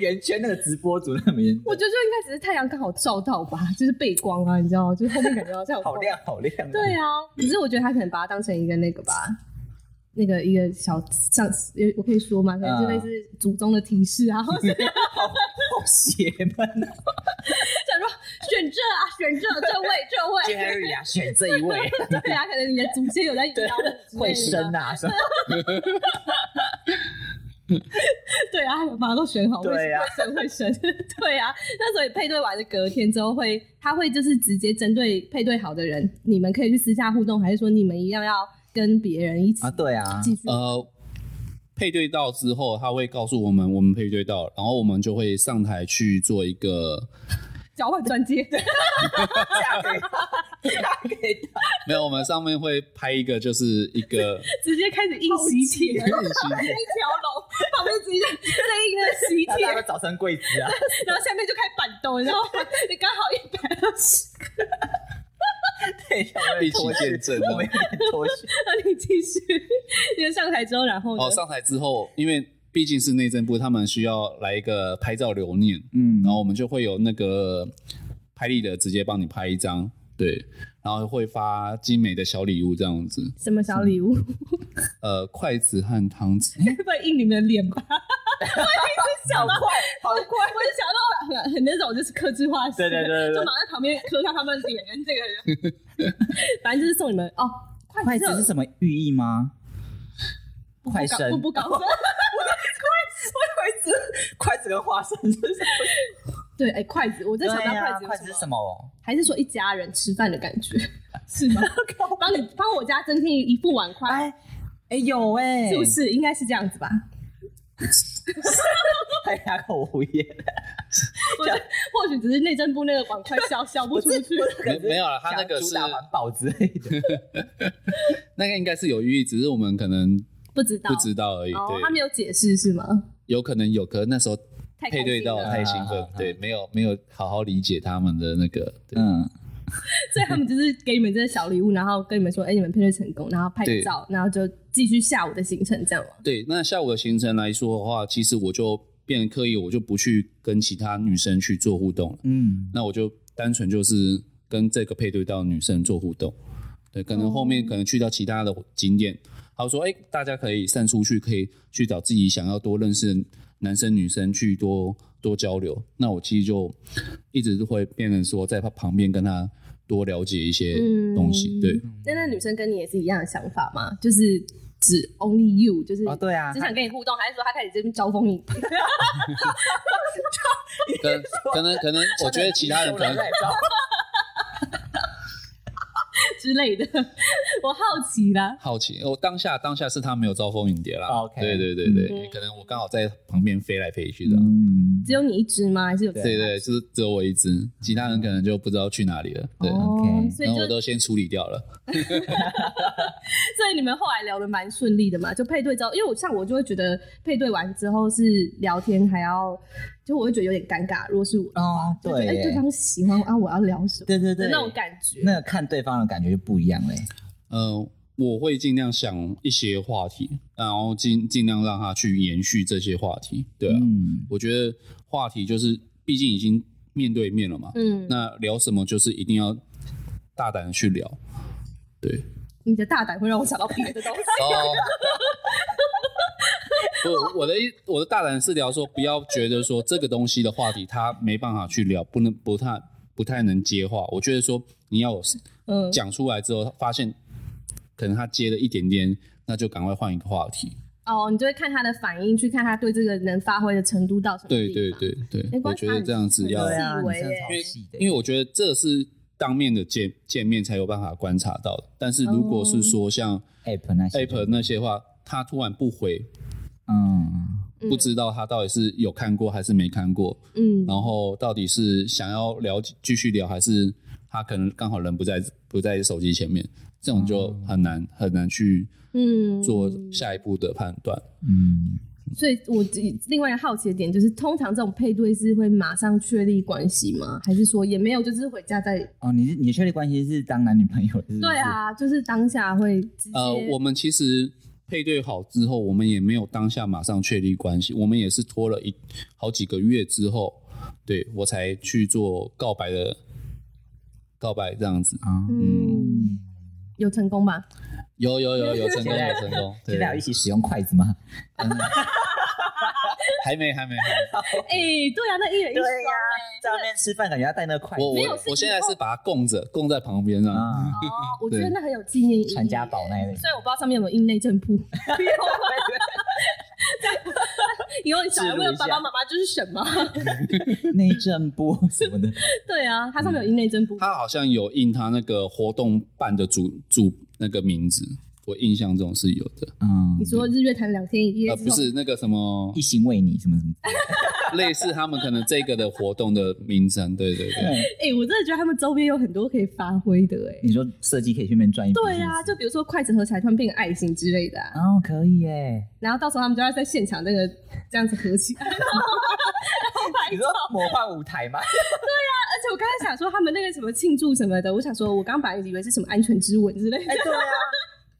圆圈那个直播组那个美颜 我灯，觉得就应该只是太阳刚好照到吧，就是背光啊，你知道吗？就是后面感觉到像 好。亮好亮、啊。对啊，可是我觉得他可能把它当成一个那个吧，那个一个小像，有我可以说嘛，可能就类似祖宗的提示啊，或 者好好邪门啊想说选这啊，选这这位 这位， ！Jerry 啊，选这一位， 对啊，可能你的祖先有在啊对摇， 会生 啊，什么 对啊，把它都选好，对啊会生会生， 对啊。那所以配对完的隔天之后会，他会就是直接针对配对好的人，你们可以去私下互动，还是说你们一样要跟别人一起啊，对啊，继续？呃，配对到之后，他会告诉我们我们配对到了，然后我们就会上台去做一个交换专接，嫁给他，嫁给他，没有，我们上面会拍一个就是一个直接开始印喜帖，一条龙，旁边直接在印那个喜他帖，要早成贵子啊，然后下面就开板凳，然后你刚好一百二十， 对，一起见证啊我们有点脱序，那你继续，你上台之后，然后呢哦，上台之后，因为毕竟是内政部，他们需要来一个拍照留念， 嗯然后我们就会有那个拍立得直接帮你拍一张，对，然后会发精美的小礼物这样子，什么小礼物？呃，筷子和汤匙，会不会印你们的脸吧？好快，好我快，就想到很很那种就是克制化型的，对对对对对就绑在旁边刻上他们脸，这个人， 反正就是送你们哦，筷筷子是什么寓意吗？快生，不不 高升，筷子，筷子跟花生是什么？对，哎，筷子，我在对想到啊筷筷子子有是什什么，么？还是说一家人吃饭的感 觉是吗？帮你帮我家增添一副碗筷，哎哎有哎，是不？是应该是这样 子吧？还哑口无言， 或许或许只是内政部那个碗筷销销不出去，没没有了，他那个主是打环保之类的，那个应该是有寓意，只是我们可能不知道不知道而已，哦，对他，没有解释是吗？有可能有，可能那时候太开配心对到了太兴奋啊啊，啊对，没有没有好好理解他们的那个，对 嗯，所以他们就是给你们这个小礼物，然后跟你们说，哎、你们配对成功，然后拍个对照，然后就继续下午的行程，这样吗？对，那下午的行程来说的话，其实我就变得刻意，我就不去跟其他女生去做互动了，嗯，那我就单纯就是跟这个配对到的女生做互动。对，可能后哦面可能去到其他的景点，他说：“哎、大家可以散出去，可以去找自己想要多认识的男生女生去多多交流。”那我其实就一直会变成说，在他旁边跟他多了解一些东西。嗯对，那那女生跟你也是一样的想法吗？就是只 only you，就是、哦对啊只想跟你互动，还是说她开始这边招蜂引蝶？可能可能可能，我觉得其他人可能之类的，我好奇啦。好奇，我当下当下是他没有招蜂引蝶啦。 OK 对对对对，可能我刚好在旁边飞来飞去的。嗯，只有你一只吗？还是有其他对对，就是只有我一只，其他人可能就不知道去哪里了。对，哦 OK 所以然后就我都先处理掉了。所以你们后来聊的蛮顺利的嘛？就配对之后，因为我像我就会觉得配对完之后是聊天还要，就我会觉得有点尴尬。如果是我的话，哦就觉得对哎、耶对方喜欢我啊，我要聊什么？对对对，的那种感觉。那个看对方的感觉就不一样嘞。呃，我会尽量想一些话题，然后尽尽量让他去延续这些话题。对啊，嗯，我觉得话题就是，毕竟已经面对面了嘛，嗯，那聊什么就是一定要大胆的去聊。对，你的大胆会让我想到别的东西。 哦，不，我的意，我的大胆是聊说，不要觉得说这个东西的话题他没办法去聊，不能不太不太能接话。我觉得说你要有嗯，讲出来之后，发现可能他接了一点点，那就赶快换一个话题。哦，你就会看他的反应，去看他对这个能发挥的程度到什么对地对方。对没对，我关系觉得这样子要，很对因啊，细你微真的耶超为细的，因为我觉得这是当面的见见面才有办法观察到的。但是如果哦是说像 app 那些 app 那些话，他突然不回，嗯，嗯不知道他到底是有看过还是没看过，嗯，然后到底是想要聊继续聊，还是他可能刚好人不在不在手机前面，这种就很难很难去嗯做下一步的判断。嗯，所以我另外一个好奇的点就是，通常这种配对是会马上确立关系吗？还是说也没有，就是回家再哦，你是你确立关系是当男女朋友是不是？对，啊，就是当下会直接呃，我们其实配对好之后，我们也没有当下马上确立关系，我们也是拖了一好几个月之后，对我才去做告白的告白这样子。啊、嗯有成功吧？有有有有成功 有成功，对现，在有一起使用筷子吗？还没还没还没，哎、对啊，那一人一对双、呀、欸，在外面吃饭感觉要带那个筷子我，没有我是我现在以后是把它供着供在旁边啊。啊，哦，我觉得对那很有纪念意义。传家宝那一类。虽然我不知道上面有没有印内政部，以后你小孩问爸爸妈妈就是什么？ 内政部什么的，对啊，它上嗯面有印内政部。他好像有印他那个活动办的主主那个名字，我印象中是有的。嗯 你，说日月潭两天哦一夜啊呃，之不后，是那个什么一心为你什么什么，类似他们可能这个的活动的名称，对对对。哎、我真的觉得他们周边有很多可以发挥的哎、你说设计可以顺便赚一笔，对啊，是就比如说筷子合起来突然变个爱心之类的、啊不，是哦，可以耶。然后到时候他们就要在现场那 个这样子合起来。 而你说魔幻舞台 吗？且我刚才想说他们那个什么庆祝什么的，我想说我刚本来以为是什么安全之吻之类的。哎，对啊，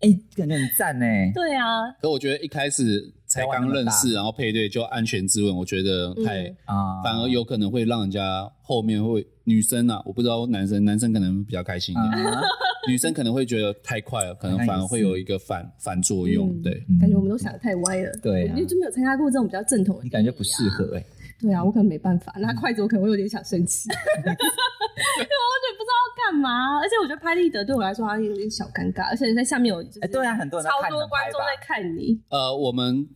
哎，感觉很赞呢。哎对啊，可我觉得一开始才刚认识，然后配对就安全之吻，我觉得太、嗯啊，反而有可能会让人家后面会女生啊，我不知道男生，男生可能比较开心一点，啊，女生可能会觉得太快了，可能反而会有一个反反作用。嗯对，感觉我们都想得太歪了。对啊我就没有参加过这种比较正统的。啊你感觉不适合哎，对啊，我可能没办法，拿筷子我可能会有点想生气，因 为我也不知道要干嘛。而且我觉得拍立得对我来说好像有点小尴尬，而且在下面有就是哎，对啊，很多人在超看你多们观拍众吧在看你，呃，我们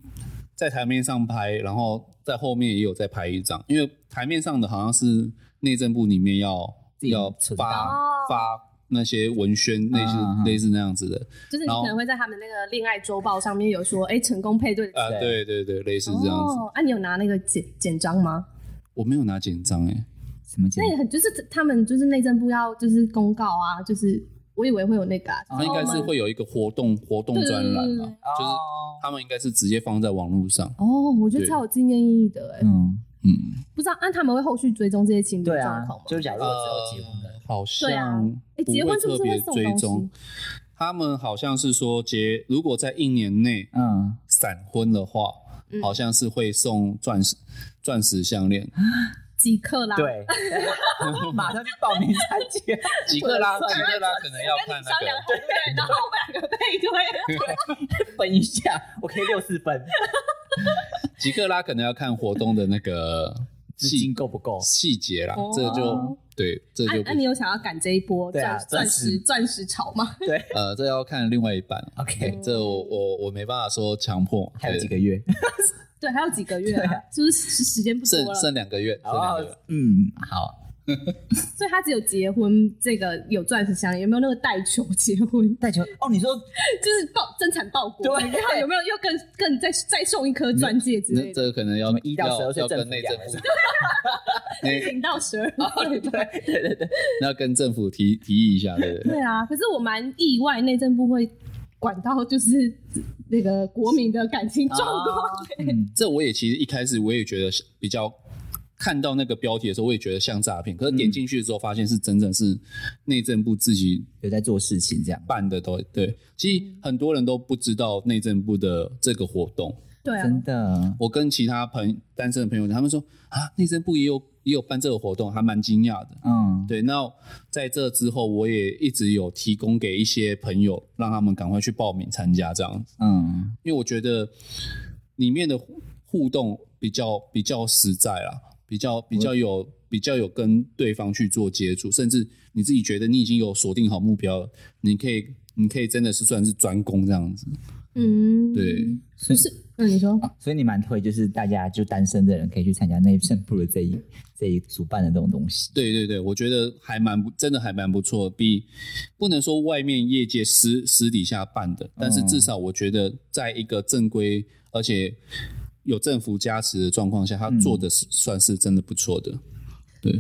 在台面上拍，然后在后面也有再拍一张，因为台面上的好像是内政部里面要自己要存档发哦发那些文宣，类似嗯嗯嗯类似那样子的。就是你然后可能会在他们那个恋爱周报上面有说，哎、成功配对呃的啊，对对对，类似这样子。哦，啊，你有拿那个简简章吗？嗯我没有拿简章哎、什么节那也目？很就是他们就是内政部要就是公告啊，就是我以为会有那个、啊，哦它应该是会有一个活动活动专啊栏对嘛，就是他们应该是直接放在网络上。哦，我觉得对超有纪念意义的哎、嗯，嗯，不知道，啊按他们会后续追踪这些情侣对状啊况吗，？就是假如我只有结婚的呃，好对啊像诶不结会婚是不特是会别送追东踪西。他们好像是说结，如果在一年内嗯，闪婚的话，嗯好像是会送钻石钻石 项链，即刻啦，对， 马上去报名参加。几克拉几克拉可能要看那个。对，然后我们两个配 对，分一下，我可以六四分，吉克拉可能要看活动的那个资金细够不够？细节啦哦，这就对，这就那、啊、不你有想要赶这一波对啊钻钻石钻钻石潮吗？对呃，这要看另外一半。 ，OK，嗯这我我我没办法说强迫，还有对几个月？ 对，还有几个月对啊啊，就是时时间不多剩了，剩两个哦月，剩两个月。，嗯，好，所以他只有结婚这个有钻石项链，有没有那个带球结婚？ 带球哦，你说就是报增产报国，对然后有没有又更更再再送一颗钻戒之那类这的？个可能要什么一到要12岁要政跟府内政养部的， 那零到十二哦岁吧。对对对对，要跟政府提提议一下，对不对？对啊，可是我蛮意外，内政部会管到就是那个国民的感情状况。哦嗯，这我也其实一开始我也觉得是比较看到那个标题的时候，我也觉得像诈骗，可是点进去之后发现是真正是内政部自己有在做事情这样，办的都对。其实很多人都不知道内政部的这个活动，对啊，真的，我跟其他朋单身的朋友，他们说啊，内政部也有也有办这个活动，还蛮惊讶的。嗯，对，那在这之后，我也一直有提供给一些朋友，让他们赶快去报名参加这样子，嗯，因为我觉得里面的互互动比较比较实在啦，比较比较有比较有跟对方去做接触，甚至你自己觉得你已经有锁定好目标了，你可以你可以真的是算是专攻这样子，嗯，对，所以是，嗯，你说，啊所以你蛮推，就是大家就单身的人可以去参加内政部的这一这一主办的这种东西，对对对，我觉得还蛮不，真的还蛮不错，比不能说外面业界私私底下办的，但是至少我觉得在一个正规而且有政府加持的状况下，他做的是算是真的不错的。对，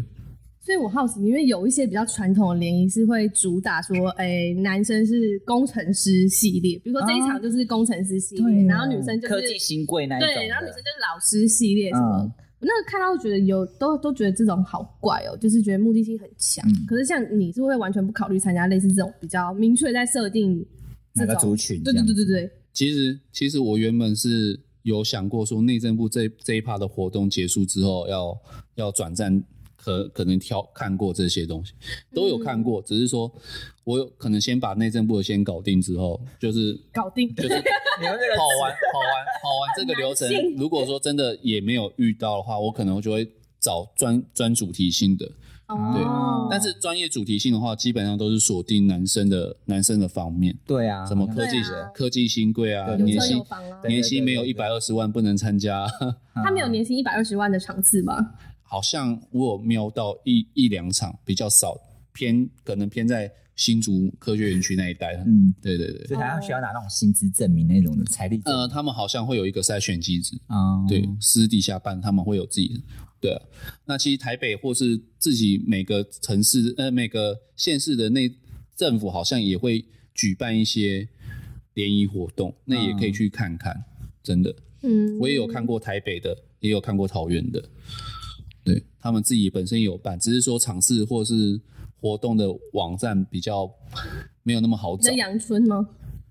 所以我好奇，因为有一些比较传统的联谊是会主打说，哎、男生是工程师系列，比如说这一啊场就是工程师系对列，哦然后女生就是科技新贵那一种的，对，然后女生就是老师系列什么。嗯我那个看到觉得有都都觉得这种好怪哦、就是觉得目的性很强。嗯可是像你是会完全不考虑参加类似这种比较明确在设定哪这个族种，群？对对对对对，其实其实我原本是有想过说，内政部这这一趴的活动结束之后要要转战。可可能挑看过这些东西，都有看嗯过，只是说，我有可能先把内政部的先搞定之后，就是搞定。就是 你用这个跑完跑完跑完这个流程 很难信，如果说真的也没有遇到的话，我可能就会找专专主题性的。对哦，但是专业主题性的话，基本上都是锁定男生的男生的方面，对啊，什么科技、对啊科技新贵啊，对有年车有薪房啊，对年薪没有一百二十万不能参加， 嗯他们有年薪一百二十万的场次吗？好像我有瞄到一一两场比较少，偏可能偏在新竹科学园区那一带。嗯，对对对，所以他需要拿那种薪资证明那种的财力证呃，明他们好像会有一个筛选机制，啊，对，私底下办，他们会有自己的。对啊、那其实台北或是自己每个城市呃每个县市的内政府好像也会举办一些联谊活动，那也嗯可以去看看。真的，嗯，我也有看过台北的，也有看过桃园的。对他们自己本身也有办，只是说场次或是活动的网站比较没有那么好你找在。阳春吗？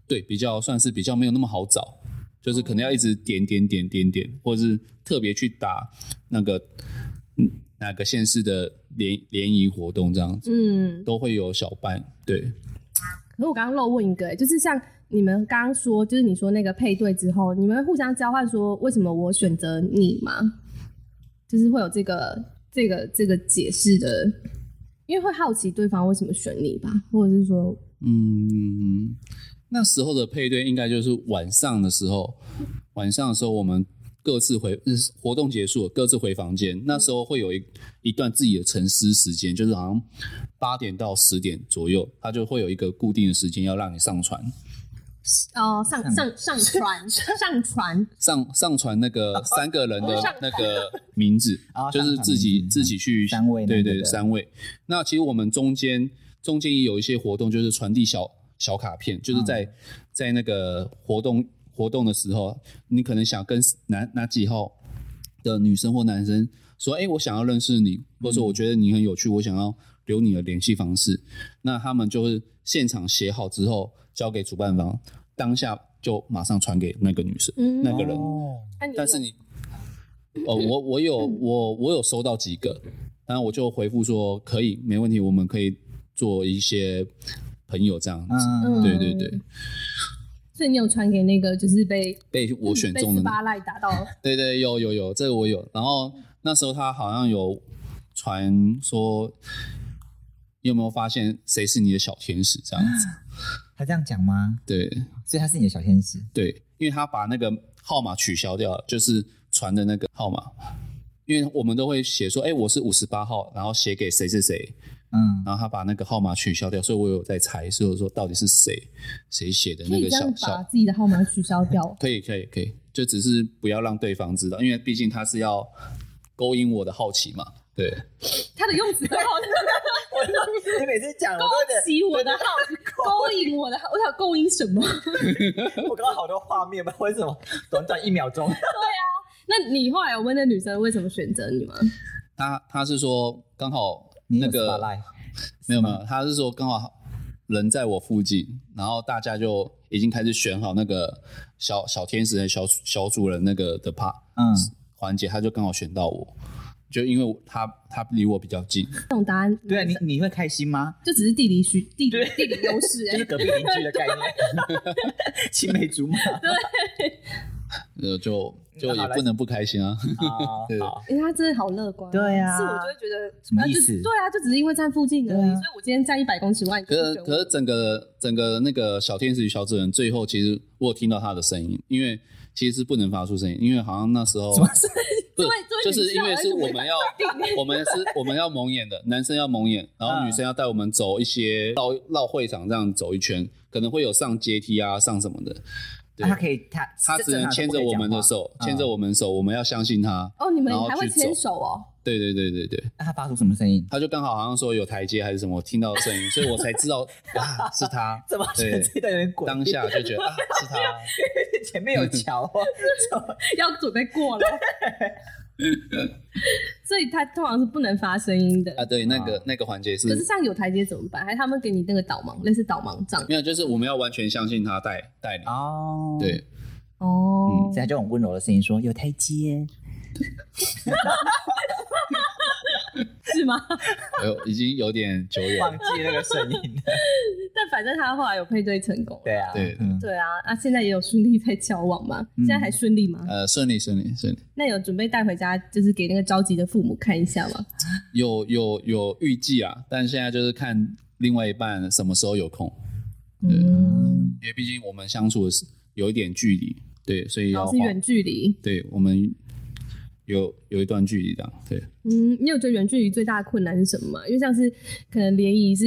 对，比较算是比较没有那么好找，就是可能要一直点点点点点，或者是特别去打那个嗯哪个县市的联联谊活动这样子，嗯，都会有小办。对，可是我刚刚漏问一个、欸，就是像你们刚刚说，就是你说那个配对之后，你们会互相交换说为什么我选择你吗？就是会有这个这个这个解释的，因为会好奇对方为什么选你吧，或者是说，嗯，那时候的配对应该就是晚上的时候，晚上的时候我们各自回嗯活动结束了，各自回房间。那时候会有一一段自己的沉思时间，就是好像八点到十点左右，它就会有一个固定的时间要让你上传。哦，上上上传上传，上上传那个三个人的哦上传那个名字 哦，就是自上己传名字自己去三位那对个对的三位。那其实我们中间中间也有一些活动，就是传递小小卡片，就是在嗯在那个活动活动的时候，你可能想跟哪哪几号的女生或男生说，哎，我想要认识嗯你，或者说我觉得你很有趣，我想要留你的联系方式。那他们就是现场写好之后交给主办方，当下就马上传给那个女生。嗯，那个人哦那你有但是你，哦，我我有嗯我我有收到几个，然后我就回复说可以，没问题，我们可以做一些朋友这样子。嗯，对对对，所以你有传给那个就是被被我选中的被那，巴赖打到，对对，有有有，这个我有。然后那时候他好像有传说，你有没有发现谁是你的小天使这样 子？他这样讲吗？对所以他是你的小天使，对，因为他把那个号码取消掉了，就是传的那个号码。因为我们都会写说，哎、我是五十八号，然后写给谁是谁，嗯，然后他把那个号码取消掉，所以我有在猜，所以我说到底是谁谁写的可那以个这小样把小，。自己的号码取消掉哦可以可以可以，就只是不要让对方知道，因为毕竟他是要勾引我的好奇嘛。对，他的用词 很好，你每次讲我勾都起我的好奇，勾引我的好，我想勾引什么？觉得 我刚刚好多画面吧？为什么短短一秒钟？那你后来有问那女生为什么选择你吗？他他是说刚好你那个来，没有没有，他是说刚好人在我附近，然后大家就已经开始选好那个小小天使和小小主人那个的 part 嗯，环节，他就刚好选到我，就因为我他他离我比较近， 这种答案对啊，你你会开心吗？就只是地理需地理对地理优势 就是 哎，隔壁邻居的概念， 青梅竹马呃，就就好也来不能不开心啊。啊对 好因为他真的好乐观，对啊是我就会觉得什么啊意就思对啊，就只是因为站附近而对已，啊所以我今天站一百公尺外，你就可是选我可是整个整个那个小天使与小主人最后其实我有听到他的声音，因为其实是不能发出声音，因为好像那时候什么不这位这就位是女因校为还是是我没们要定义 我们是我们要蒙眼的，男生要蒙眼，然后嗯女生要带我们走一些绕绕会场这样走一圈，可能会有上阶梯啊上什么的，对啊他可以他他只能牵着我们的，手，嗯牵着我们手，我们要相信他。哦，你们然后还会去牵走手哦？ 对对对对对，那他发出什么声音？他就刚好好像说有台阶还是什么，我听到声音，所以我才知道啊是 他。怎么觉得对这段有点诡异？当下就觉得啊是他， 前面有桥啊，要准备过 了。所以他通常是不能发声音的。啊，对，那嗯个那个环节是可是像有台阶怎么办？还是他们给你那个导盲，类似导盲杖？没有，就是我们要完全相信他带带 领。哦，对，哦，所以他就很温柔的声音说：“有台阶。是吗？ 哎呦，已经有点久”远忘了。记那个声音了。但反正他后来有配对成功。对啊，对嗯对啊，啊，现在也有顺利在交往嘛？嗯现在还顺利吗？呃，顺利顺利顺利，那有准备带回家，就是给那个着急的父母看一下吗？有有有预计啊，但现在就是看另外一半什么时候有空，嗯，因为毕竟我们相处的是有一点距离，对，所以然要哦后是花远距离。对我们有有一段距离的，对，嗯，你有觉得远距离最大的困难是什么吗？因为像是可能联谊是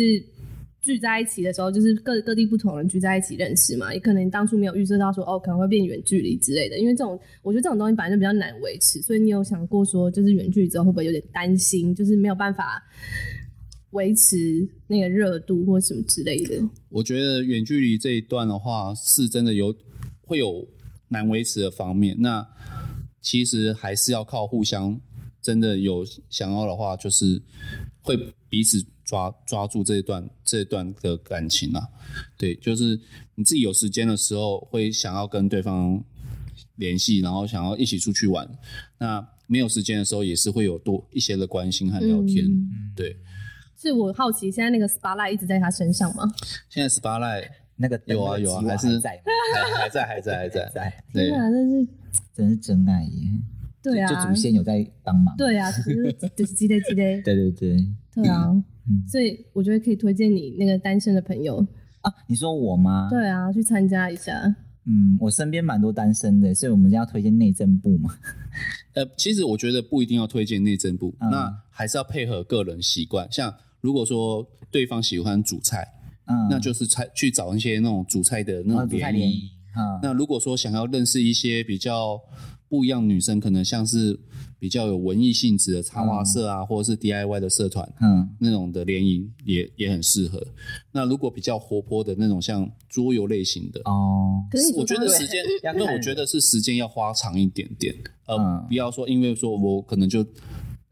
聚在一起的时候，就是各各地不同人聚在一起认识嘛，也可能当初没有预设到说哦可能会变远距离之类的。因为这种我觉得这种东西本来就比较难维持，所以你有想过说就是远距离之后会不会有点担心，就是没有办法维持那个热度或什么之类的？我觉得远距离这一段的话，是真的有会有难维持的方面。那其实还是要靠互相，真的有想要的话，就是会彼此抓抓住这一段这一段的感情啊。对，就是你自己有时间的时候，会想要跟对方联系，然后想要一起出去玩。那没有时间的时候，也是会有多一些的关心和聊天。嗯对，是我好奇，现在那个 spotlight 一直在他身上吗？现在 SPA 那个有啊有啊那个还吉娃是在吗 还还在还在 还在。在，对天，啊，这是真是真爱耶！对就啊祖，先有在帮忙。对啊，就是就是积累积 累，对对对，对啊。嗯所以我觉得可以推荐你那个单身的朋友，啊，你说我吗？对啊，去参加一下。嗯，我身边蛮多单身的，所以我们要推荐内政部嘛。呃，其实我觉得不一定要推荐内政部，嗯那还是要配合个人习惯。像如果说对方喜欢煮菜，嗯，那就是菜去找一些那种煮菜的那啊种煮菜联联谊谊。嗯，那如果说想要认识一些比较不一样的女生，可能像是比较有文艺性质的插画社啊，或者是 DIY 的社团。嗯那种的联谊也也很适合。那如果比较活泼的那种，像桌游类型的，哦，可是你我觉得说时间要，看那我人觉得是时间要花长一点点，呃，嗯不要说因为说我可能就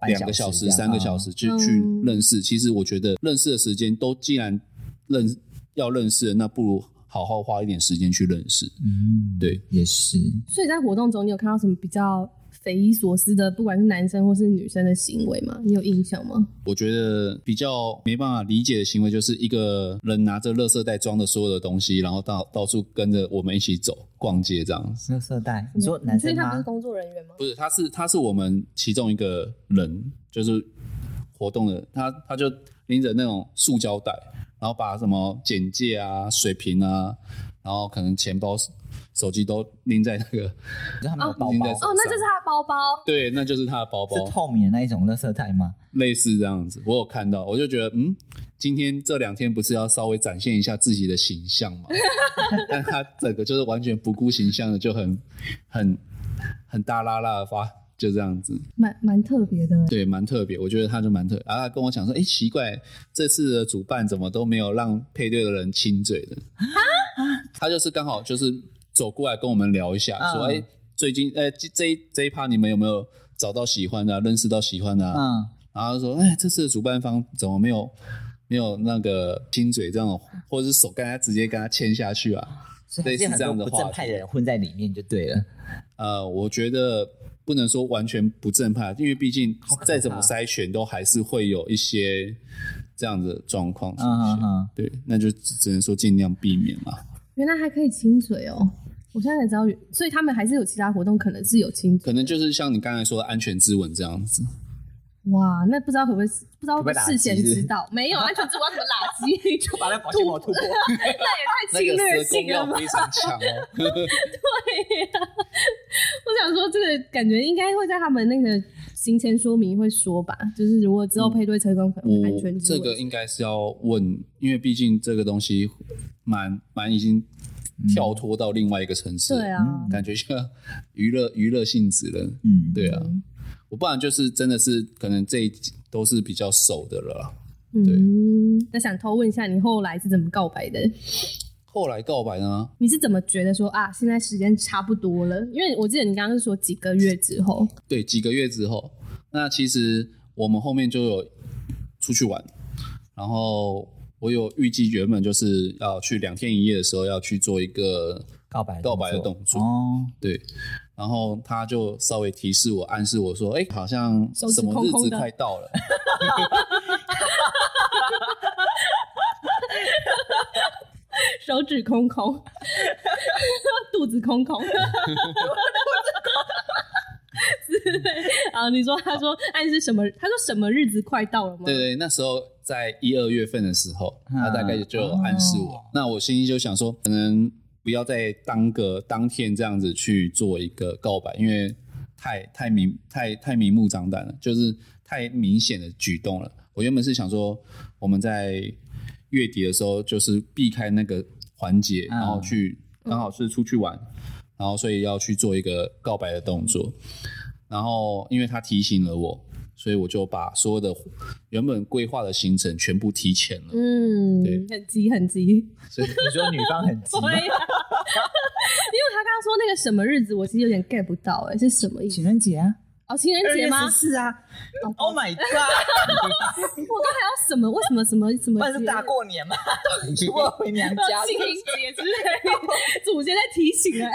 半两个小小时时、这样啊三个小时去嗯去认识。其实我觉得认识的时间都既然认要认识了，那不如好好花一点时间去认识。嗯，对，也是。所以在活动中，你有看到什么比较匪夷所思的，不管是男生或是女生的行为吗？你有印象吗？我觉得比较没办法理解的行为，就是一个人拿着垃圾袋装的所有的东西，然后到到处跟着我们一起走逛街这样子。热色带，你说男所生以他不是吗？工作人员吗？不是，他是他是我们其中一个人，就是活动的，他他就拎着那种塑胶袋，然后把什么简介啊、水瓶啊，然后可能钱包、手机都拎在那个，你说他们有包拎包在手上哦，那就是他的包包。对，那就是他的包包是，透明的那一种热色带吗？类似这样子。我有看到，我就觉得，嗯，今天这两天不是要稍微展现一下自己的形象嘛？ 但他整个就是完全不顾形象的，就很很很大拉拉的发，就这样子。蛮蛮特别的，对，蛮特别，我觉得他就蛮特别。然后他跟我讲说，哎，奇怪，这次的主办怎么都没有让配对的人亲嘴的？啊他就是刚好就是走过来跟我们聊一下，嗯说，哎，最近，哎，这这一这一趴你们有没有找到喜欢的啊、认识到喜欢的啊、嗯，然后他说，哎，这次的主办方怎么没有没有那个亲嘴这种，或者是手跟他直接跟他牵下去啊？所以还是类似这很样的多话不正派的人混在里面就对了。呃，我觉得不能说完全不正派，因为毕竟好可再怎么怕筛选，都还是会有一些这样的状况出嗯嗯现。嗯，对，那就只只能说尽量避免啦。原来还可以亲嘴哦。我现在才知道，所以他们还是有其他活动，可能是有亲嘴。可能就是像你刚才说的安全之吻这样子，哇，那不知道可不可以，不知道会不会可不可以事打先击是不是知道？没有安全之光怎么垃圾？ 就把那保鲜膜吐 过。那那也太侵个略蛇功性了吧要？非常强 哦。对呀、我想说这个感觉应该会在他们那个行前说明会说吧，就是如果之嗯后配对成功，可能会安全我之这吻个应该是要问，因为毕竟这个东西蛮蛮已经嗯跳脱到另外一个层次，对啊，感觉像娱乐娱乐性质了。嗯，对啊，我不然就是真的是可能这一集都是比较熟的了啦。对嗯，那想偷问一下，你后来是怎么告白的？后来告白呢，你是怎么觉得说啊，现在时间差不多了？因为我记得你刚刚是说几个月之后，对，几个月之后，那其实我们后面就有出去玩，然后我有预计原本就是要去两天一夜的时候要去做一个告白告白的动作哦，对，然后他就稍微提示我、暗示我说，哎，好像手指什么空日空子的快到了，手指空空，肚子空空。之类啊，你说他说暗示什么？他说什么日子快到了吗？对对，那时候在一二月份的时候，他大概就有暗示我。嗯哦那我心里就想说，可能不要再当个当天这样子去做一个告白，因为太太明太太明目张胆了，就是太明显的举动了。我原本是想说，我们在月底的时候就是避开那个环节，嗯然后去刚好是出去玩，然后所以要去做一个告白的动作。然后因为他提醒了我，所以我就把所有的原本规划的行程全部提前了。嗯对，很急很急。所以你说女方很急 对啊吗呀，因为他刚刚说那个什么日子，我其实有点 get 不到，哎，是什么意思？ 情人节啊，哦，情人节吗？是啊哦，Oh my god！我都还要什么？为什么什么什么不节？然是大过年 嘛，如果回娘家呃，清明节之类的，祖先在提醒了，哎、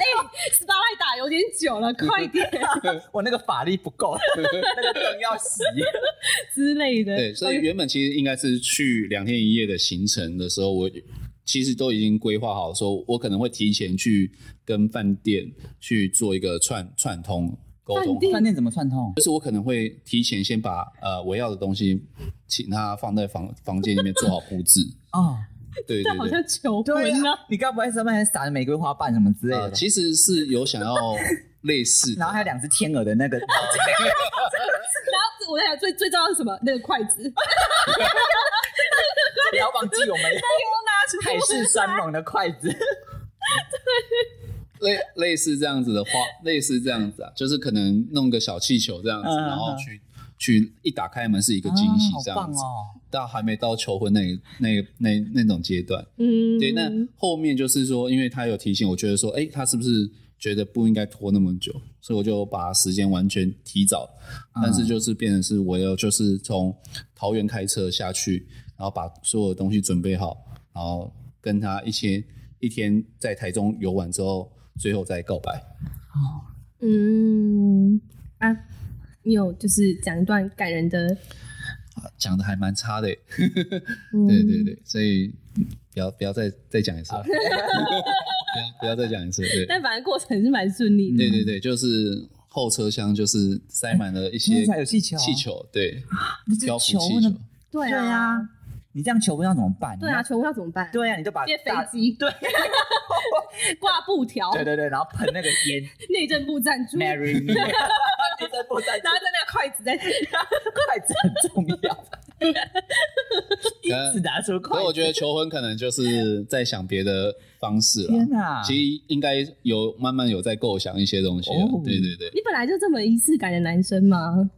十八赖打有点久了，快点 我那个法力不够，那个灯要洗。之类的。对，所以原本其实应该是去两天一夜的行程的时候，我其实都已经规划好，说我可能会提前去跟饭店去做一个串串通沟通饭，店饭店怎么串通？就是我可能会提前先把呃我要的东西，请他放在房房间里面做好布置。哦，对这对好对像。求对婚呢、啊，你该不会上面还撒了玫瑰花瓣什么之类呃，的？其实是有想要类 似的，然后还有两只天鹅的那 个，然后我在想最最重要的是什么？那个筷子，不要 忘记我们啊海誓山盟的筷 子。类类似这样子的 话，类似这样子啊，就是可能弄个小气球这样子，嗯嗯嗯然后去去一打开门是一个惊喜啊这好棒样子，哦！但还没到求婚那那那那种阶段。嗯，对，那后面就是说，因为他有提醒，我觉得说，哎、他是不是觉得不应该拖那么久？所以我就把时间完全提早，但是就是变成是我要就是从桃园开车下去，然后把所有的东西准备好，然后跟他一起一天在台中游玩之后，最后再告白。嗯啊，你有就是讲一段感人的，啊讲的还蛮差的欸，嗯、对对对，所以不要不要再再讲一次了，不要不要再讲一次，对。但反正过程是蛮顺嗯利的。对对对，就是后车厢就是塞满了一听些起来有气球，气，球，对，那这漂个浮球气不能球。对对啊，啊，哦你这样求婚要怎么办？对啊，求婚要怎么办？，对啊，你就把变飞大机对 挂布条，对对对，然后喷那个烟内政部赞助，然后，marry me，你这不在在那个筷子在，筷子很重要，一直 拿出筷所以子。我觉得求婚可能就是在想别的方式了。 天哪其实应该有慢慢有在构想一些东西了。啊哦对对对，你本来就这么仪式感的男生吗？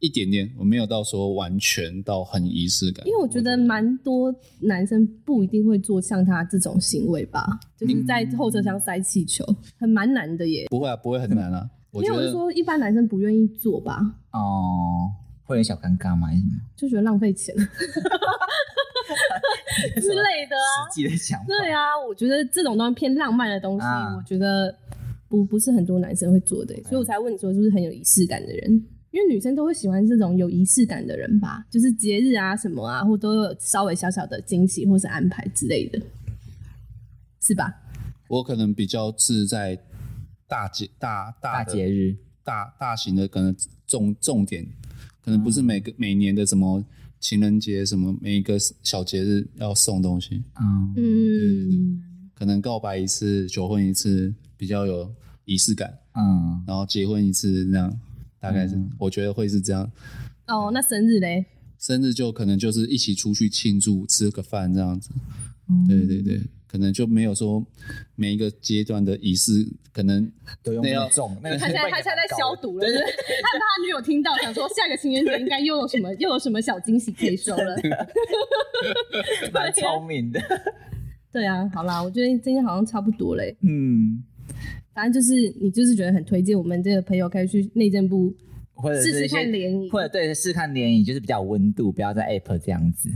一点点，我没有到说完全到很仪式感，因为我觉得蛮多男生不一定会做像他这种行为吧，就是在后车厢塞气球，很蛮难的耶。不会啊，不会很难啊。我因觉为我是得说，一般男生不愿意做吧，哦，会有小尴尬吗？还是什么就觉得浪费钱之类的啊实。际的想 法？对啊，我觉得这种东西偏浪漫的东西，啊我觉得不不是很多男生会做的耶，所以我才问你说是不是很有仪式感的人。因为女生都会喜欢这种有仪式感的人吧，就是节日啊什么啊，或都有稍微小小的惊喜或是安排之类的，是吧？我可能比较是在大节大大大的节日大大型的可能重重点，可能不是每个、每年的什么情人节什么每一个小节日要送东西，嗯，嗯，可能告白一次、求婚一次比较有仪式感，嗯，然后结婚一次那样，大概是、我觉得会是这样。哦，那生日 嘞？生日就可能就是一起出去庆祝，吃个饭这样子。对对对，可可能就没有说每一个阶段的仪式，可能都用那要那种，那个他现在他现在在消毒了，对就对是 他怕他女友听到，想说下个情人节应该又有什么又有什么小惊喜可以收了。对蛮聪明的。对啊，好啦，我觉得今天好像差不多嘞。嗯，反正就是你就是觉得很推荐我们这个朋友可以去内政部或者试是试一些看联谊，或者对试看联谊，就是比较有温度，不要在 app 这样子。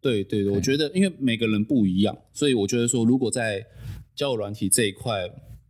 对对对，我觉得因为每个人不一样，所以我觉得说，如果在交友软体这一块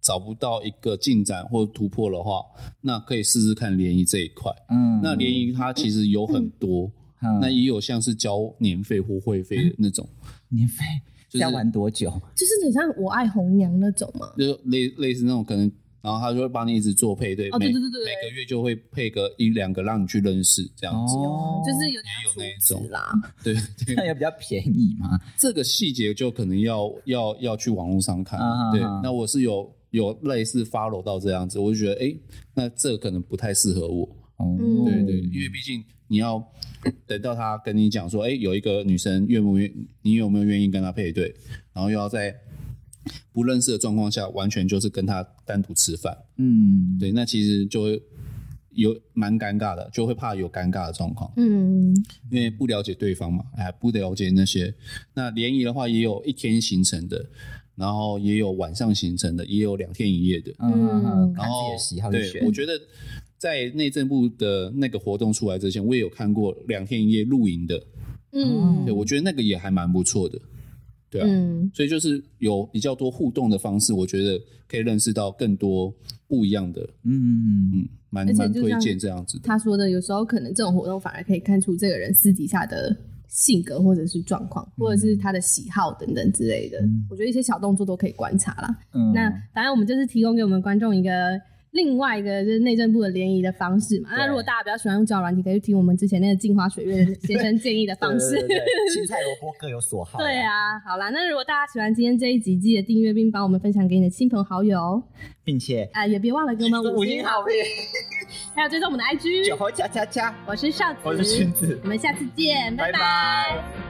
找不到一个进展或突破的话，那可以试试看联谊这一块。嗯，那联谊它其实有很多，嗯那也有像是交年费或会费的那种，年费就是要玩多久？就是很像我爱红娘那种嘛。就类类似那种可能，然后他就会帮你一直做配对，哦每对对对对每个月就会配个一两个让你去认识这样子。哦，就是有点也有那一像种厨子啦，对对，那也比较便宜嘛。这个细节就可能要要要去网络上看。啊对啊，那我是有有类似 follow 到这样子，我就觉得哎、诶那这个可能不太适合我。哦，嗯对对，因为毕竟你要等到他跟你讲说，哎、有一个女生愿不愿，你有没有愿意跟她配对，然后又要在不认识的状况下，完全就是跟她单独吃饭。嗯，对，那其实就会有蛮尴尬的，就会怕有尴尬的状况。嗯，因为不了解对方嘛，哎，不了解那些。那联谊的话，也有一天行程的，然后也有晚上行程的，也有两天一夜的。嗯看然自己后的喜好去对，选。我觉得在内政部的那个活动出来之前，我也有看过两天一夜露营的，嗯对我觉得那个也还蛮不错的，对啊。嗯，所以就是有比较多互动的方式，我觉得可以认识到更多不一样的，嗯，嗯，蛮而且蛮就推像荐这样子的。他说的有时候可能这种活动反而可以看出这个人私底下的性格或者是状况，或者嗯是他的喜好等等之类的。我觉得一些小动作都可以观察啦。嗯那反正我们就是提供给我们观众一个。另外一个就是内政部的联谊的方式嘛，那对如果大家比较喜欢用交友软体，可以去听我们之前那个进化学院 先生建议的方式。对对对对青菜萝卜各有所好。 对，啊，好啦，那如果大家喜欢今天这一集，记得订阅并帮我们分享给你的亲朋好友，哦并且啊、也别忘了给我们五星好评， 还有追踪我们的 IG。九猴加加加，我是少子，我是裙子我，们下次见，拜拜拜